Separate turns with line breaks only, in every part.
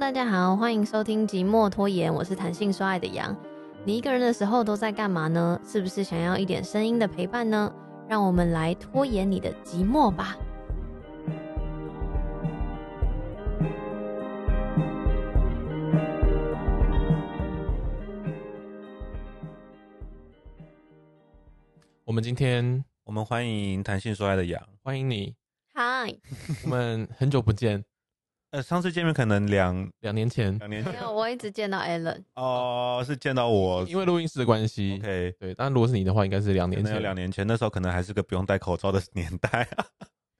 大家好，欢迎收听《寂寞拖延》，我是弹性说爱的羊。你一个人的时候都在干嘛呢？是不是想要一点声音的陪伴呢？让我们来拖延你的寂寞吧。
我们今天
我们欢迎弹性说爱的羊。
欢迎 你，
嗨，
我们很久不见，
呃，上次见面可能两
两年前
两年
没
前
有，我一直见到 Allen，
哦，是见到我
因为录音室的关系
，OK，
对，但如果是你的话，应该是两
可
年
能有
前，
两年前，那时候可能还是个不用戴口罩的 年代。啊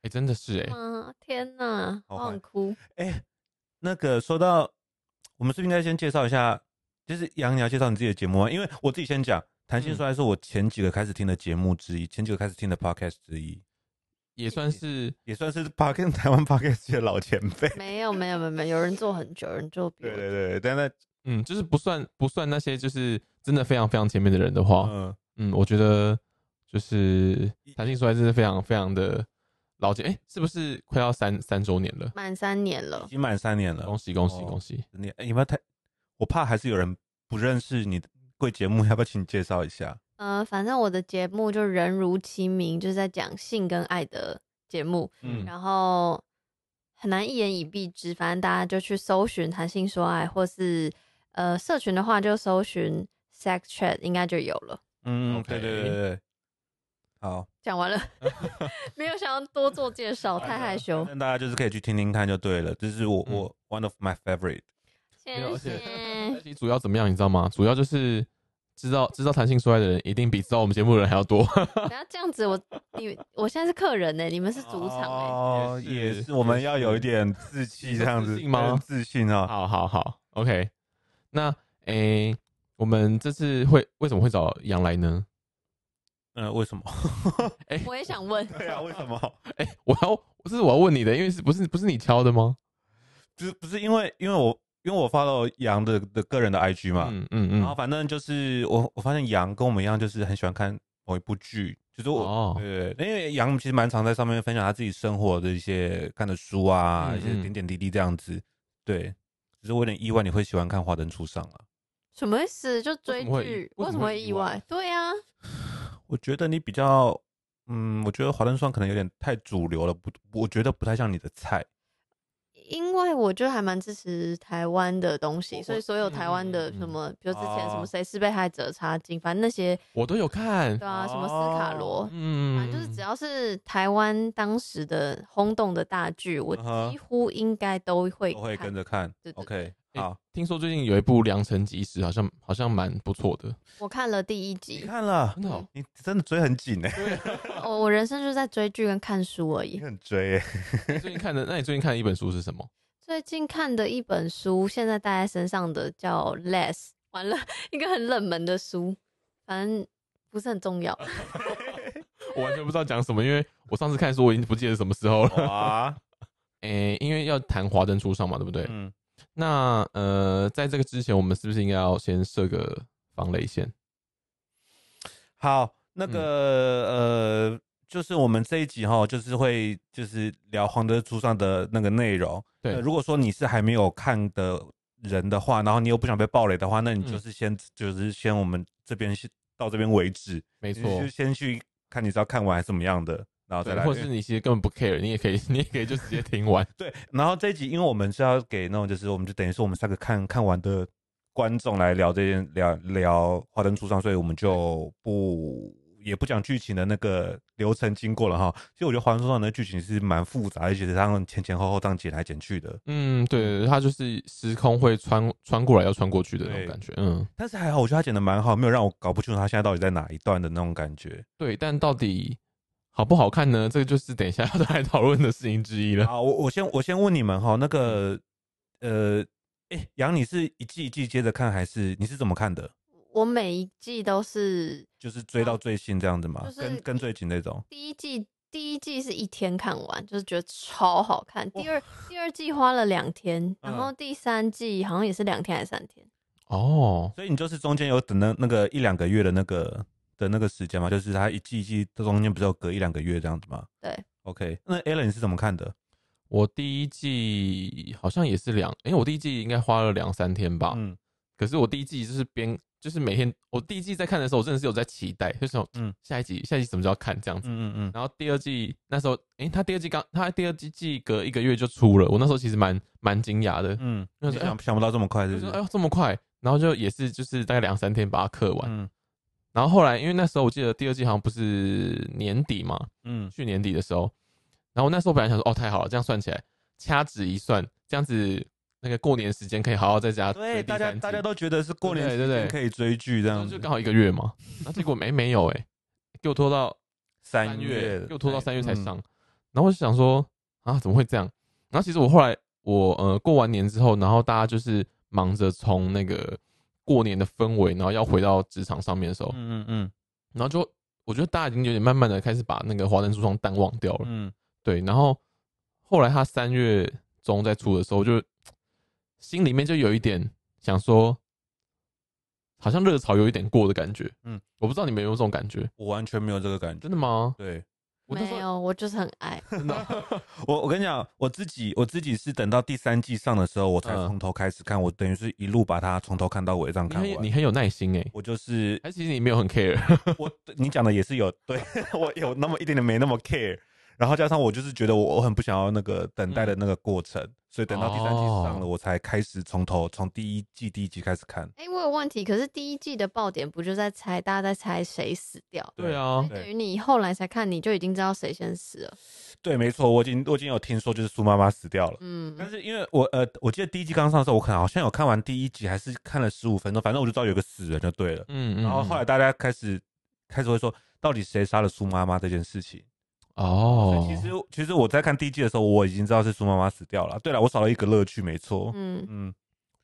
哎，真的是哎，
嗯，天哪，
好
好想哭。
哎，那个说到，我们是不是应该先介绍一下，就是杨，你要介绍你自己的节目吗？因为我自己先讲，弹性说爱是我前几个开始听的节目之一，前几个开始听的 podcast 之一，
也算是
也算是 podcast 台湾 podcast 界的老前辈。
没有，没有，没有，没有，有人做很久，有人做比
对
我
对对，但那
嗯，就是不算不算那些就是真的非常非常前面的人的话，
嗯，
嗯，我觉得就是弹性出来真的非常非常的老姐，哎，是不是快要三三周年了？
满三年
已
了。
经满三年了
恭，喜恭喜
哦
恭喜！
你哎有没有太？我怕还是有人不认识你的贵节目，要不要请你介绍一下？
呃，反正我的节目就人如其名，就是在讲性跟爱的节目。
嗯
嗯，
然后很难一言以蔽之，反正大家就去搜寻谈性说爱，或是呃社群的话就搜寻 sex chat，应该就有了。
嗯，
OK
对对对对，好，
讲完了， 没有想要多做介绍，太害羞。
那大家就是可以去听听看就对了。这是我、
嗯
我 one of my favorite，
谢
没有而且
谢。
其实主要怎么样，你知道吗？主要就是知道知道弹性出来的人，一定比知道我们节目的人还要多。
不要这样子，我你我现在是客人呢、你们是主场哎、
哦，
也是
也是，我们要有一点自信这样子，
自信吗
有点自信啊，
好好好，OK 那。诶、我们这次会为什么会找杨来呢？
嗯、为什么？
诶、
我也想问，
对啊，为什么？
诶、我要这是我要问你的，因为是不是不是你敲的吗？
就是 不是因为因为我因为我 follow 杨的的个人的 IG 嘛，
嗯嗯
然
嗯，
后反正就是我我发现杨跟我们一样，就是很喜欢看某一部剧，就是我。
哦，
对，因为杨其实蛮常在上面分享他自己生活的一些看的书啊，
嗯
一些
嗯
点点滴滴这样子。对，只是我有点意外你会喜欢看《华灯初上》啊。
什么意思？就追
为什么会
剧，为
为什
什
么
么
会
会
意
意
外
外？对啊，
我觉得你比较，嗯，我觉得《华灯初上》可能有点太主流了，不，我觉得不太像你的菜。
因为我就还蛮支持台湾的东西，
我
所以所有台湾的
嗯嗯嗯
什么，比如之前什么
哦
谁是被害者插金，反正那些
我都有看
对，啊，什么斯卡罗，
嗯，
反正就是只要是台湾当时的轰动的大剧，我
嗯哼
几乎应该都会
我会
看
跟着看。
对对
OK，
诶
好，
听说最近有一部《良辰吉时》，好像好像蛮不错 的，
我看了第一
你
集，
看嗯了，
嗯
真的、哦，
你真的追很紧呢、
我我人生就在追剧跟看书而
你
已。
很追、欸。
你最近看的，那你最近看的一本书是什么？
最近看的一本书，现在带在身上的叫《Less》，完了一个很冷门的书，反正不是很重要。
我完全不知道讲什么，因为我上次看的时候我已经不记得什么时 候了。
哇，
诶、因为要谈华灯初上嘛，对不对？
嗯，
那呃，在这个之前，我们是不是应该要先设个防雷线？
好，那
嗯
个、呃，就是我们这一集哈，就是会就是聊《黄德初上》的那个内容。
对
呃如果说你是还没有看的人的话，然后你又不想被暴雷的话，那你就
嗯
是先、就是先我们这边先到这边为止，
没
没
错，
就先去看你是要看完还是怎么样的，然后再
对，
来。
或者是你其实根本不 care，你也可以， 你也可以就直接听完。
对，然后这一集因为我们是要给那种就是我们就等于说我们三个看看完的观众来聊这件聊聊《华灯初上》，所以我们就不。也不讲剧情的那个流程经过了哈，其实我觉得《华灯初上》的剧情是蛮复杂，而且是他们前前后后这样剪来剪去的。
嗯，对，它就是时空会穿穿过来要穿过去的那种
对
感觉。嗯，
但是还好，我觉得他剪的蛮好，没有让我搞不清楚他现在到底在哪一段的那种感觉。
对，但到底好不好看呢？这个就是等一下要 来讨论的事情之一了。
好，我我先我先问你们哈，那个呃，哎、杨，你是一季一季接着看，还是你是怎么看的？
我每一季都是
就是追到最新这样子吗？
就是
跟跟最紧那种？
第一季，第一季是一天看完，就是觉得超好看。第二第二季花了两天，然后第三季好像也是两天还是三天。
哦，
所以你就是中间有等那那个一两个月的那个的那个时间嘛，就是它一季一季这中间不是有隔一两个月这样子吗？
对。
OK，那 Alan 你是怎么看的？
我第一季好像也是两，因为我第一季应该花了两三天吧。
嗯，
可是我第一季就是边就是每天，我第一季在看的时候，我真的是有在期待，就是想
嗯
嗯下一集下一集什么时候要看这样子。
嗯嗯嗯，
然后第二季那时候，诶、他第二季刚他第二季季隔一个月就出了，我那时候其实蛮蛮惊讶的，
嗯，
那
你
时候
想想不到这么快，
哎就是是
不
哎
是？
呦这么快，然后就也是就是大概两三天把它刻完。
嗯
然后后来因为那时候我记得第二季好像不是年底嘛，
嗯，
去年底的时候，然后那时候本来想说哦太好了，这样算起来掐指一算，这样子那个过年时间可以好好在家
对，
追第
大家
三季
大家都觉得是过年
对对
期
对
间可以追剧这样
就
子
就，刚好一个月嘛，然后结果没没有哎、给我拖到
三
三月，给我拖到三月才
嗯
上，然后我就想说啊怎么会这样？然后其实我后来我呃过完年之后，然后大家就是忙着从那个过年的氛围，然后要回到职场上面的时候，
嗯嗯
然后就我觉得大家已经有点慢慢的开始把那个华灯初上淡忘掉了。
嗯
对，然后后来他三月中在出的时候，就心里面就有一点想说，好像热潮有一点过的感觉。
嗯
嗯，我不知道你们有没有这种感觉，
我完全没有这个感觉
真。的吗？
对
我那时
没
候
有，我就是很爱。
真的哦
我，我跟你讲，我自己我自己是等到第三季上的时候，我才
嗯
从头开始看，我等于是一路把它从头看到尾这样
你
看
很有你
完。
很有耐心哎、
我就是
还是其实你没有很 care，
我你讲的也是有对 我有那么一点点没那么 care，然后加上我就是觉得我我很不想要那个等待的那个过程，所以等到第三季上了，
嗯哦
我才开始从头从第一季第一集开始看。
哎、我有问题，可是第一季的爆点不就在猜大家在猜谁死掉？
对啊，
对
等于你后来才看，你就已经知道谁先死了。
对，没错，我已经我已经有听说就是苏妈妈死掉了。
嗯，
但是因为我呃，我记得第一季刚上的时候，我可能好像有看完第一集，还是看了十五分钟，反正我就知道有个死人就对了。
嗯嗯，
然后后来
嗯
大家开始开始会说，到底谁杀了苏妈妈这件事情。所以
哦，
其实其实我在看第一季的时候，我已经知道是苏妈妈死掉了。对了，我少了一个乐趣，没错。
嗯，
嗯，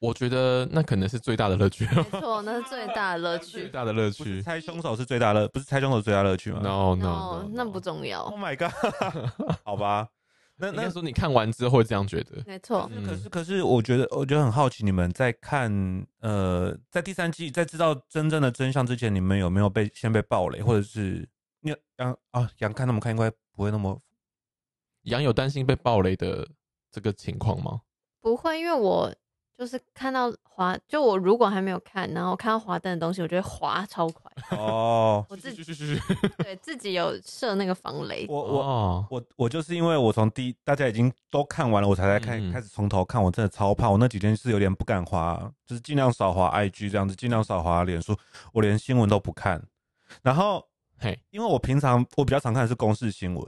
我觉得那可能是最大的乐趣，
没错，那是最大的乐
最
趣。
大的乐
不是
趣。
猜凶手是最大乐，不是猜凶手是最大乐趣吗
No no，,
哦
no，
那不重要
Oh，my god！好吧，那
应该
那
说你看完之后会这样觉得。
没错。
嗯
可是可是，我觉得我觉得很好奇，你们在看呃，在第三季在知道真正的真相之前，你们有没有被先被暴雷，或者是你杨啊杨看他们看应该不会那么
杨有担心被暴雷的这个情况吗？
不会，因为我就是看到华，就我如果还没有看，然后看到华灯的东西，我就会滑超快。
哦。
我自己
去去去，
对自己有设那个防雷，
我我
哦，
我我就是因为我从第一大家已经都看完了，我才来看、
嗯嗯
开始从头看，我真的超怕。我那几天是有点不敢滑，就是尽量少滑 IG 这样子，尽量少滑脸书，我连新闻都不看。然后
嘿，
因为我平常我比较常看的是公视新闻，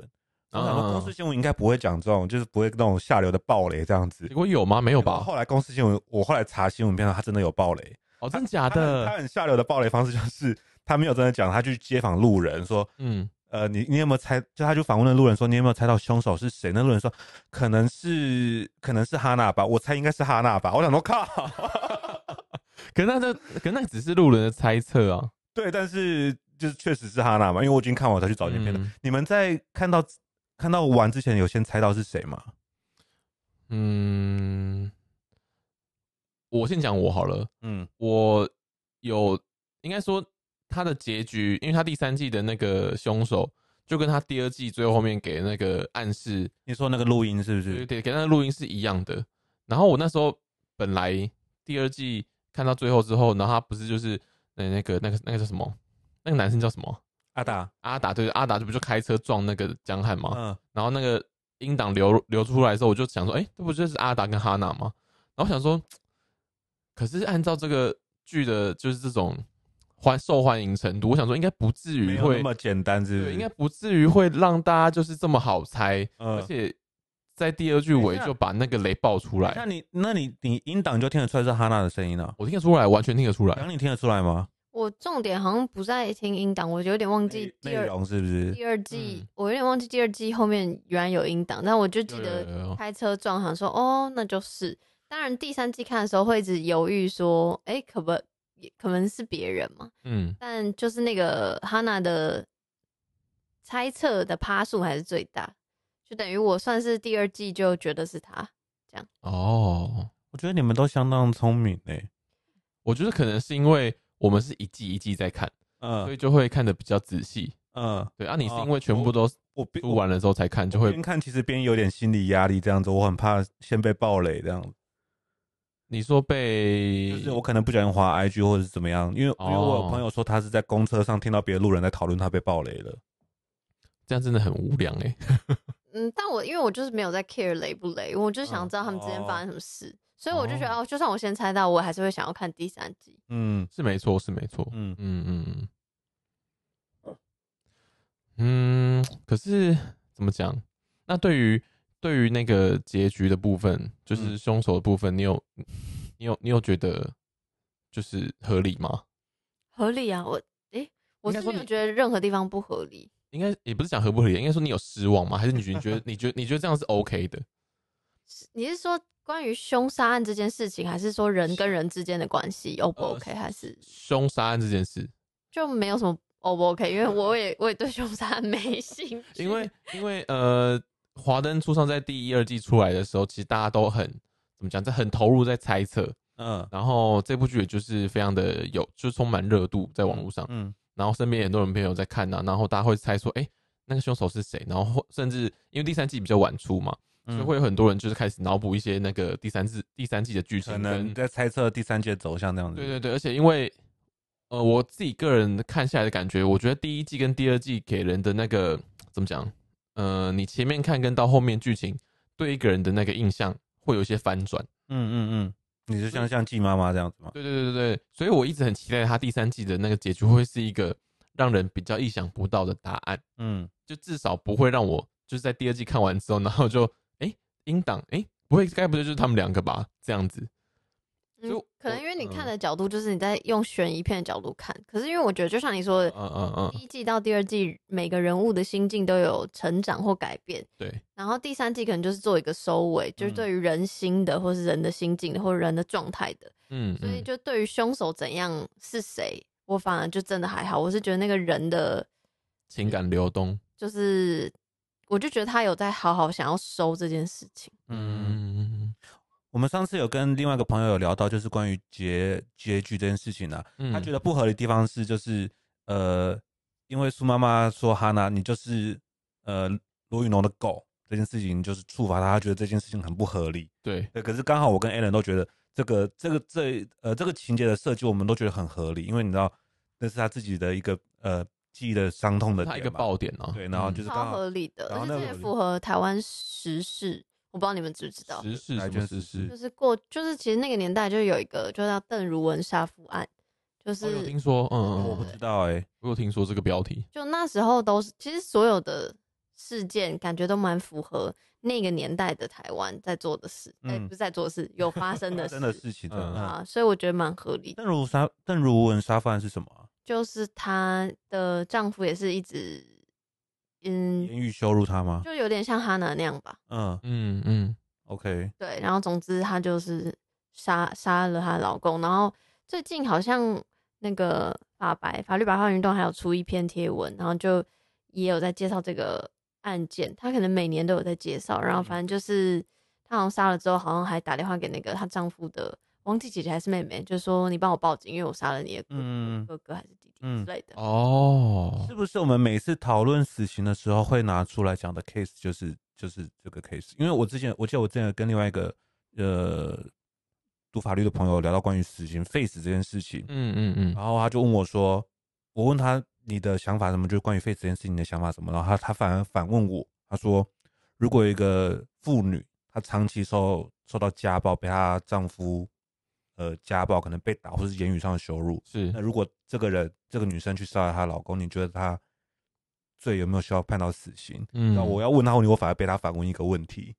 我
嗯
想
啊
说公视新闻应该不会讲这种，就是不会那种下流的暴雷这样子
结。果有吗？没有
然后
吧？
后来公司新闻，我后来查新闻片段，他真的有暴雷。
哦，真假
他很他
的？
很下流的暴雷方式就是他没有真的讲，他去街访路人说，
嗯，
呃，你你有没有猜？就他就访问了路人说，你有没有猜到凶手是谁？那路人说，可能是可能是哈娜吧，我猜应该是哈娜吧。我想说靠，
可是那这，可是那只是路人的猜测啊。
对，但是就是确实是哈娜嘛，因为我已经看完我才去找影片的。
嗯
你们在看到看到完之前，有先猜到是谁吗？
嗯，我先讲我好了。
嗯
我有应该说他的结局，因为他第三季的那个凶手，就跟他第二季最后面给那个暗示，
你说那个录音是不
对
是？
对，跟那个录音是一样的。然后我那时候本来第二季看到最后之后，然后他不是就是那那个那个那个叫什么？那个男生叫什么？
阿达，
阿达对，哦阿达就不就开车撞那个江汉吗？
嗯
然后那个音档流流出来的时候，我就想说，哎、这不就是阿达跟哈娜吗？然后想说，可是按照这个剧的，就是这种欢受欢迎程度，我想说应该不至
没
于
有那
会，
么简单，是不
对，
是？
应该不至于会让大家就是这么好猜，
嗯
而且在第二句尾就把那个雷爆出
那
来，
你那你你音档就听得出来是哈娜的声音了、
我听得出来，完全听得出来。
杨，你听得出来吗？
我重点好像不在听音档，我有点忘记
内
第
内
二
容是不是？
第二季，
嗯
我有点忘记第二季后面原来有音档，但我就记
有
得
有有有
开车撞，想说哦，那就是。当然，第三季看的时候会一直犹豫说，哎、可不也可能是别人嘛？
嗯，
但就是那个哈娜的猜测的趴数还是最大，就等于我算是第二季就觉得是他。
哦，
我觉得你们都相当聪明欸诶、
我觉得可能是因为我们是一季一季在看，所
嗯
以就会看得比较仔细。
嗯，
对啊，你是
哦
因为全部都
我边
出完了之后才看，就会
边看其实边有点心理压力，这样子，我很怕先被暴雷这样子，
你说
就
被
是我可能不小心滑 IG 或者是怎么样，因为、因为我
哦
有朋友说他是在公车上听到别的路人在讨论他被暴雷了，
这样真的很无良哎、
嗯，但我因为我就是没有在 care 雷不雷，我就想
嗯
知道他们之间
哦
发生什么事，所以我就觉得
哦
哦，就算我先猜到，我还是会想要看第三集。
嗯
是没错，是没错。
嗯，
嗯嗯嗯嗯，可是怎么讲？那对于对于那个结局的部分，就是
嗯
凶手的部分，你有你有你有觉得就是合理吗？
合理啊，我诶、我
应该
是
说
没有
你
觉得任何地方不合理。
应该也不是讲合不合理，应该说你有失望吗？还是你觉得你觉得你觉得你觉得这样是 OK 的？
是你是说关于凶杀案这件事情，还是说人跟人之间的关系 O 不
呃
OK，、还是
凶杀案这件事，
就没有什么 O 不 OK？因为我也我也对凶杀案没 兴趣，嗯
因为因为呃，华灯初上在第一、二季出来的时候，其实大家都很怎么讲，在很投入在猜测，
嗯
然后这部剧也就是非常的有，就是充满热度在网络上，
嗯
然后身边也很多人朋友在看呐、然后大家会猜说，哎、那个凶手是谁？然后或甚至因为第三季比较晚出嘛，所以
嗯
会有很多人就是开始脑补一些那个第三季第三季的剧
可
情
能
跟
在猜测第三季的走向这样子，
对对对，而且因为呃，我自己个人看下来的感觉，我觉得第一季跟第二季给人的那个怎么讲？呃，你前面看跟到后面剧情对一个人的那个印象会有一些翻转。
嗯嗯嗯，你就像像季妈妈这样子吗？
对对对对对，所以我一直很期待他第三季的那个结局会是一个让人比较意想不到的答案，
嗯
就至少不会让我就是在第二季看完之后，然后就哎、诶英党哎、诶不会该不会就是他们两个吧这样子？
嗯
所以我
可能因为你
嗯
看的角度就是你在用悬疑片的角度看，可是因为我觉得就像你说的
嗯，嗯嗯
第，一季到第二季每个人物的心境都有成长或改变，
对，
然后第三季可能就是做一个收尾，就是
嗯
对于人心的或是人的心境的或者人的状态的。
嗯，
所以
嗯
就对于凶手怎样是谁，我反而就真的还好。我是觉得那个人的，
情感流动。
就是我就觉得他有在好好想要收这件事情。
嗯。
嗯
我们上次有跟另外一个朋友有聊到，就是关于结结局这件事情啊呢、
嗯
他觉得不合理的地方是，就是呃，因为苏妈妈说哈娜你就是呃罗宇农的狗这件事情，就是触发他，他觉得这件事情很不合理。
对，
对，可是刚好我跟 Alan 都觉得这个这个这呃这个情节的设计，我们都觉得很合理，因为你知道那是他自己的一个呃记忆的伤痛的
他
点
一个
嘛
爆点啊，
对然后
嗯
就是刚
超
好
合理的，
然
而
后
且
那
这
个
也
有一
符合台湾时事。我不知道你们知不知道，
时事
哪
什
一
么
件
时
事
事
就？是过就是其实那个年代就有一个就叫邓如文杀夫案，就
哦
我有
是
听说，嗯，嗯
我不
嗯
知道哎、
我有听说这个标题，
就那时候都是其实所有的事件感觉都蛮符合那个年代的台湾在做的事，哎、
嗯
不是在做的 事，有发生的事，
真的事情真的
嗯
嗯
啊，所以我觉得蛮合理的。
邓如沙邓如文杀夫案是什么啊、
就是她的丈夫也是一直，嗯，
言语羞辱他吗？
就有点像哈娜那样吧，
嗯
嗯嗯，
，OK，
对。然后总之她就是杀杀了她老公，然后最近好像那个法白法律白话运动还有出一篇贴文，然后就也有在介绍这个案件，她可能每年都有在介绍，然后反正就是她好像杀了之后，好像还打电话给那个她丈夫的。忘记姐姐还是妹妹，就说你帮我报警，因为我杀了你的哥哥、
嗯
哥哥还是弟弟之
嗯
类的。
哦
是，不是我们每次讨论死刑的时候会拿出来讲的 case 就是就是这个 case？因为我之前我记得我之前有跟另外一个呃读法律的朋友聊到关于死刑废死这件事情，
嗯嗯嗯，
然后他就问我说，我问他你的想法什么，就是关于废死这件事情的想法什么，然后他他反而反问我，他说如果有一个妇女她长期受受到家暴，被她丈夫呃家暴，可能被打或是言语上的羞辱，
是
那，如果这个人这个女生去杀了她老公，你觉得她罪有没有需要判到死刑？
嗯
那、我要问她问题，我反而被她反问一个问题。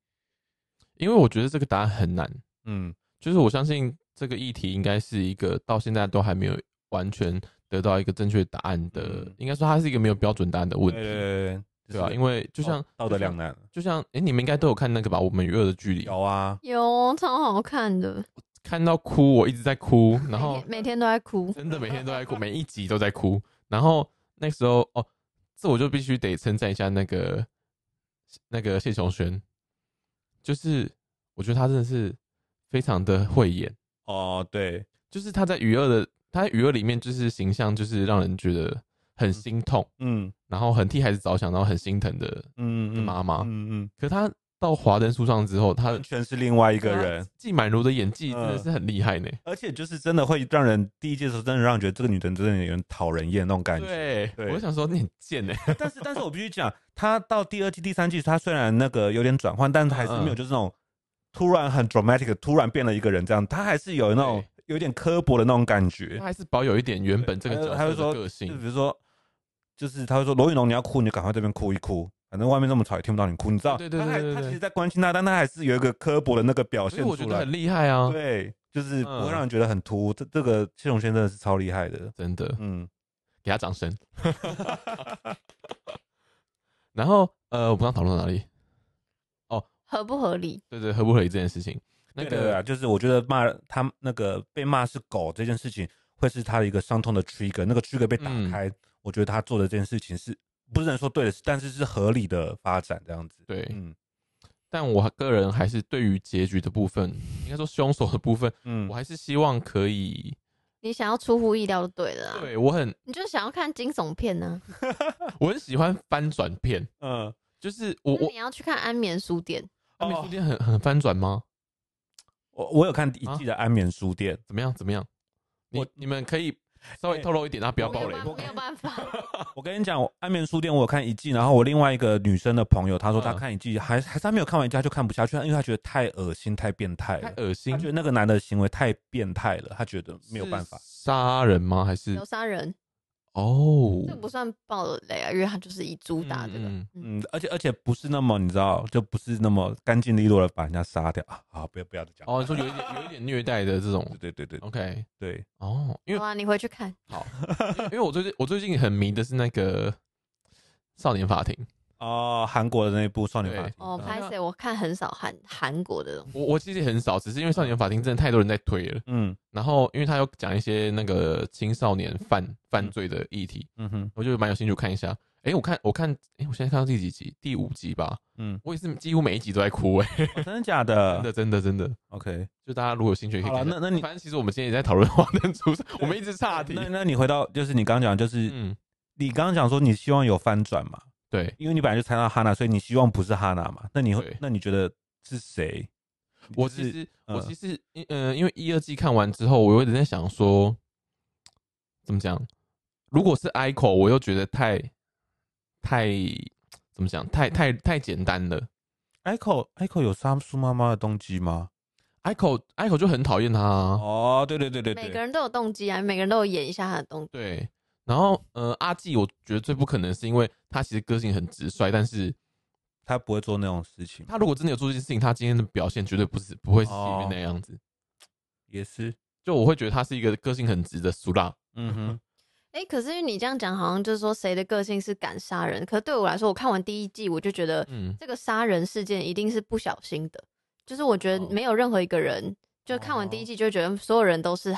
因为我觉得这个答案很难，
嗯
就是我相信这个议题应该是一个到现在都还没有完全得到一个正确答案的
嗯，
应该说它是一个没有标准答案的问
对
题，
对对，
对啊吧？因为就像
道德两，
就像
难，
就像哎，你们应该都有看那个吧，《我们与恶的距离》，
有啊，
有哦超好看的，
看到哭，我一直在 哭，然
每
后
天每天都在哭。
真的每天都在哭，每一集都在哭。然后那时候哦，这我就必须得称赞一下那个那个谢琼轩，就是我觉得他真的是非常的会演，
哦对，
就是他在娱乐的他在娱乐里面就是形象就是让人觉得很心痛，
嗯
然后很替孩子着想，然后很心疼的。
嗯嗯，
妈妈
嗯
可他到华灯初上之后，他
嗯，全是另外一个人，
季满如的演技真的
嗯
是很厉害呢。
而且就是真的会让人第一季的时候，真的让人觉得这个女人真的有点讨人厌那种感觉。
对，
对
我想说你很贱呢。
但是，但是我必须讲，她到第二季、第三季，她虽然那个有点转换，但是还是没有
嗯
就是那种突然很 dramatic，突然变了一个人这样，她还是有那种
对
有点刻薄的那种感觉
他。还是保有一点原本这个
对
角
他就
色
说
的个
就
性
比。如说，就是他会说罗宇龙，你要哭你就赶快这边哭一哭，反正外面这么吵也听不到你哭，你知道？
对对对
他还
对对
他
对
其实在关心他，但他还是有一个刻薄的那个表
所以
现
我觉
出
得
来
很。厉害啊，
对，就是不会
嗯
让人觉得很突兀。这这个谢荣轩真的是超厉害的。
真的，
嗯
给他掌声。 然后呃，我们刚刚讨论到哪里？
合不合理？
对对，合不合理这件事情。那
对
个
对对啊，就是我觉得骂他那个被骂是狗这件事情，会是他的一个伤痛的 trigger，那个 trigger 被打
嗯
开，我觉得他做的这件事情是不能说对的，但是是合理的发展这样子。
对
嗯
但我个人还是对于结局的部分，应该说凶手的部分，
嗯
我还是希望可 以。
你想要出乎意料就对了啊，
对我很
你就是想要看惊悚片呢、
我很喜欢翻转片，
嗯，
就是我
那
我
你要去看《安眠书店》，
安眠
哦
书店很很翻转吗？
我我有看一季的《安眠书店》，
怎么样？怎么样？你
我
你们可以稍微
哎
透露一点，然后不要
没
暴
有
雷
办。没有办法，
我跟你讲，我《安眠书店》我有看一季，然后我另外一个女生的朋友，她说
嗯
她看一季，还还是她没有看完一季，她就看不下去，因为她觉得太恶心、太变态
太
了。
恶
她
心
觉，得那个男的行为太变态了，她觉得没有办法
是。杀人吗？还是
有杀人，
哦？
这不算暴雷啊，因为他就是以主打这个。
嗯
嗯，
嗯，而且而且不是那么你知道，就不是那么干净利落的把人家杀掉 啊！好，不要不要再讲。
哦，你说有一点有一点虐待的这种
对对对对
，OK，
对，
哦，因
好
为
啊，你回去看。
因为我最近我最近很迷的是那个少年法庭，
哦，韩国的那一部《少年法庭》
哦，
嗯
拍谁？我看很少韩韩国的东西，
我我其实也很少，只是因为少年法庭真的太多人在推了，
嗯
然后因为他有讲一些那个青少年犯犯罪的议题，
嗯哼
我就蛮有兴趣看一下。诶，我看我看，诶，我现在看到第几集？第五集吧。
嗯、
我也是几乎每一集都在哭、诶，
哦真的假
真
的
的真的真的。
？OK，
就大家如果有兴趣也可以
好
看
啦
一下。
那那你
反正其实我们今天也在讨论华灯初上，我们一直岔题。
那那你回到就是你刚刚讲，就是、
嗯，
你刚刚讲说你希望有翻转嘛？
对，
因为你本来就猜到哈娜，所以你希望不是哈娜嘛？那你会
对，
那你觉得是谁？
我
就
其
是
实
嗯
我其实因呃，因为一二季看完之后，我有点在想说，怎么讲？如果是 ICO，我又觉得太太怎么讲？太太太简单了。
Echo Echo 有杀苏妈妈的动机吗？
ICO ICO 就很讨厌他、啊，
哦，对对对对
每
对
个，人都有动机啊，每个人都有演一下他的动机。
对。然后呃，阿纪我觉得最不可能是因为他其实个性很直率，但
嗯
是
他不会做那种事情，
他如果真的有做这件事情，他今天的表现绝对不是不会是里
哦
面那样子。
也是，
就我会觉得他是一个个性很直的苏拉，
嗯哼，
哎、可是你这样讲，好像就是说谁的个性是敢杀人？可是对我来说，我看完第一季，我就觉得
嗯，
这个杀人事件一定是不小心的，就是我觉得
哦
没有任何一个人，就看完第一
哦
季就觉得所有人都是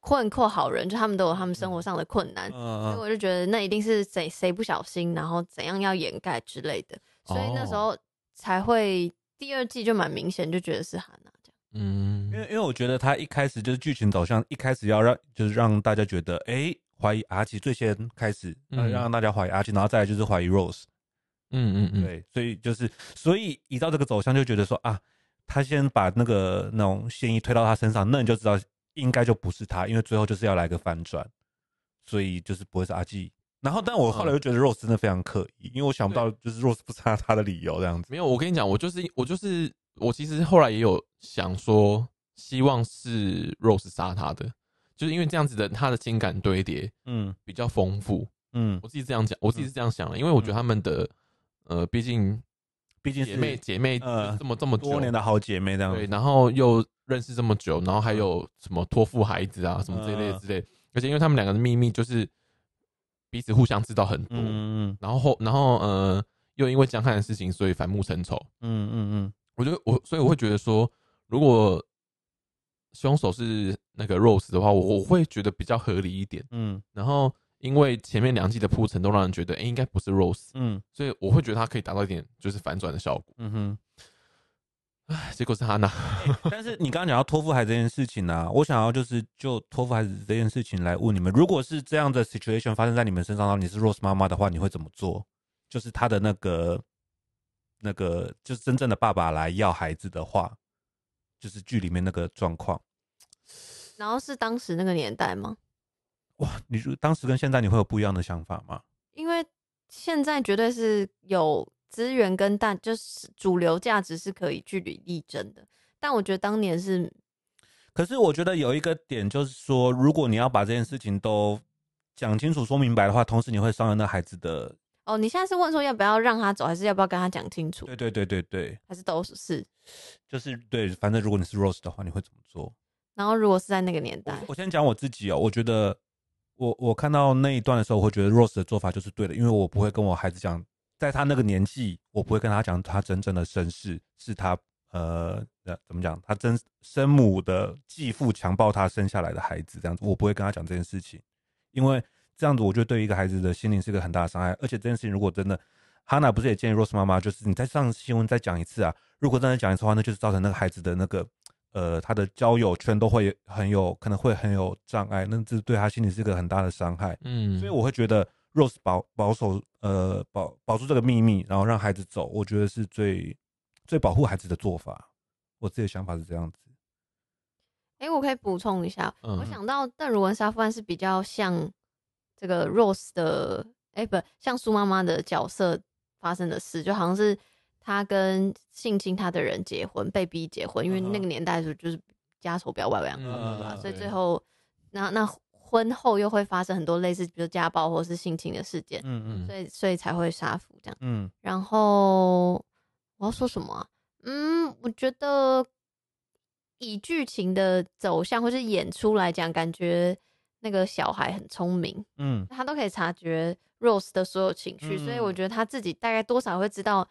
困惑好人，就他们都有他们生活上的困难，所以
嗯
我就觉得那一定是谁谁不小心，然后怎样要掩盖之类的，所以那时
哦
候才会第二季就蛮明显，就觉得是哈娜这样。
嗯
因为因为我觉得他一开始就是剧情走向，一开始要让就是让大家觉得，哎，怀疑阿奇最先开始，呃
嗯
让大家怀疑阿奇，然后再来就是怀疑 Rose。
嗯嗯嗯，
对，所以就是，所以依照这个走向，就觉得说啊，他先把那个那种嫌疑推到他身上，那你就知道应该就不是他，因为最后就是要来个反转，所以就是不会是阿纪。然后，但我
嗯
后来又觉得 Rose 真的非常刻意，因为我想不到就是 Rose 不杀他的理由这样子。
没有，我跟你讲，我就是我就是我其实后来也有想说，希望是 Rose 杀他的，就是因为这样子的他的情感堆叠
嗯
比较丰富，
嗯，
我自己这样讲，我自己是这样想的，因为我觉得他们的呃，毕竟
毕竟
姐
是
妹姐妹
呃
就是这么这么久
多年的好姐妹这样
对，
子。
然后又认识这么久，然后还有什么托付孩子啊，什么这一类
嗯
之类，而且因为他们两个的秘密就是彼此互相知道很多，
嗯嗯
然后后然后呃又因为江汉的事情，所以反目成仇。
嗯嗯
我觉得我所以我会觉得说，如果凶手是那个 Rose 的话，我我会觉得比较合理一点。
嗯
然后因为前面两季的铺陈都让人觉得，哎、应该不是 Rose，
嗯嗯嗯
所以我会觉得他可以达到一点就是反转的效果。
嗯哼，
唉 结果是哈 娜，
但是你刚刚讲到托付孩子这件事情呢、我想要就是就托付孩子这件事情来问你们，如果是这样的 situation 发生在你们身上，然后你是 Rose 妈妈的话，你会怎么做？就是他的那个那个，就是真正的爸爸来要孩子的话，就是剧里面那个状况。
然后是当时那个年代吗？
哇，你如当时跟现在你会有不一样的想法吗？
因为现在绝对是有资源跟大，就是主流价值是可以据理力争的。但我觉得当年是
可是我觉得有一个点就是说，如果你要把这件事情都讲清楚、说明白的话，同时你会伤害那孩子的。
哦，你现在是问说要不要让他走，还是要不要跟他讲清楚，
对对对对对，
还是都是？
就是对，反正如果你是 Rose 的话，你会怎么做？
然后如果是在那个年代，
我先讲我自己哦，我觉得我我看到那一段的时候，我会觉得 Rose 的做法就是对的，因为我不会跟我孩子讲，在他那个年纪，我不会跟他讲他真正的身世是他呃呃怎么讲，他真生母的继父强暴他生下来的孩子这样子，我不会跟他讲这件事情，因为这样子我觉得对于一个孩子的心灵是一个很大的伤害，而且这件事情如果真的。哈娜不是也建议 Rose 妈妈，就是你再上新闻再讲一次啊！如果真的讲一次的话，那就是造成那个孩子的那个呃，他的交友圈都会很有可能会很有障碍，那这对他心里是一个很大的伤害。
嗯，
所以我会觉得 Rose 保保守呃保保住这个秘密，然后让孩子走，我觉得是最最保护孩子的做法。我自己的想法是这样子。
诶，我可以补充一下，
嗯
我想到邓如文杀夫案是比较像这个 Rose 的，诶，不像苏妈妈的角色发生的事，就好像是她跟性侵她的人结婚，被逼结婚，因为
嗯哼
那个年代的时候就是家丑不要外扬，
嗯
所以
对
最后那那婚后又会发生很多类似，比如家暴或是性侵的事件，
嗯嗯
所以所以才会杀夫这样。
嗯，
然后我要说什么啊、嗯，我觉得以剧情的走向或是演出来讲，感觉那个小孩很聪明，
嗯
他都可以察觉 Rose 的所有情绪，所以我
嗯
觉得他自己大概多少会知道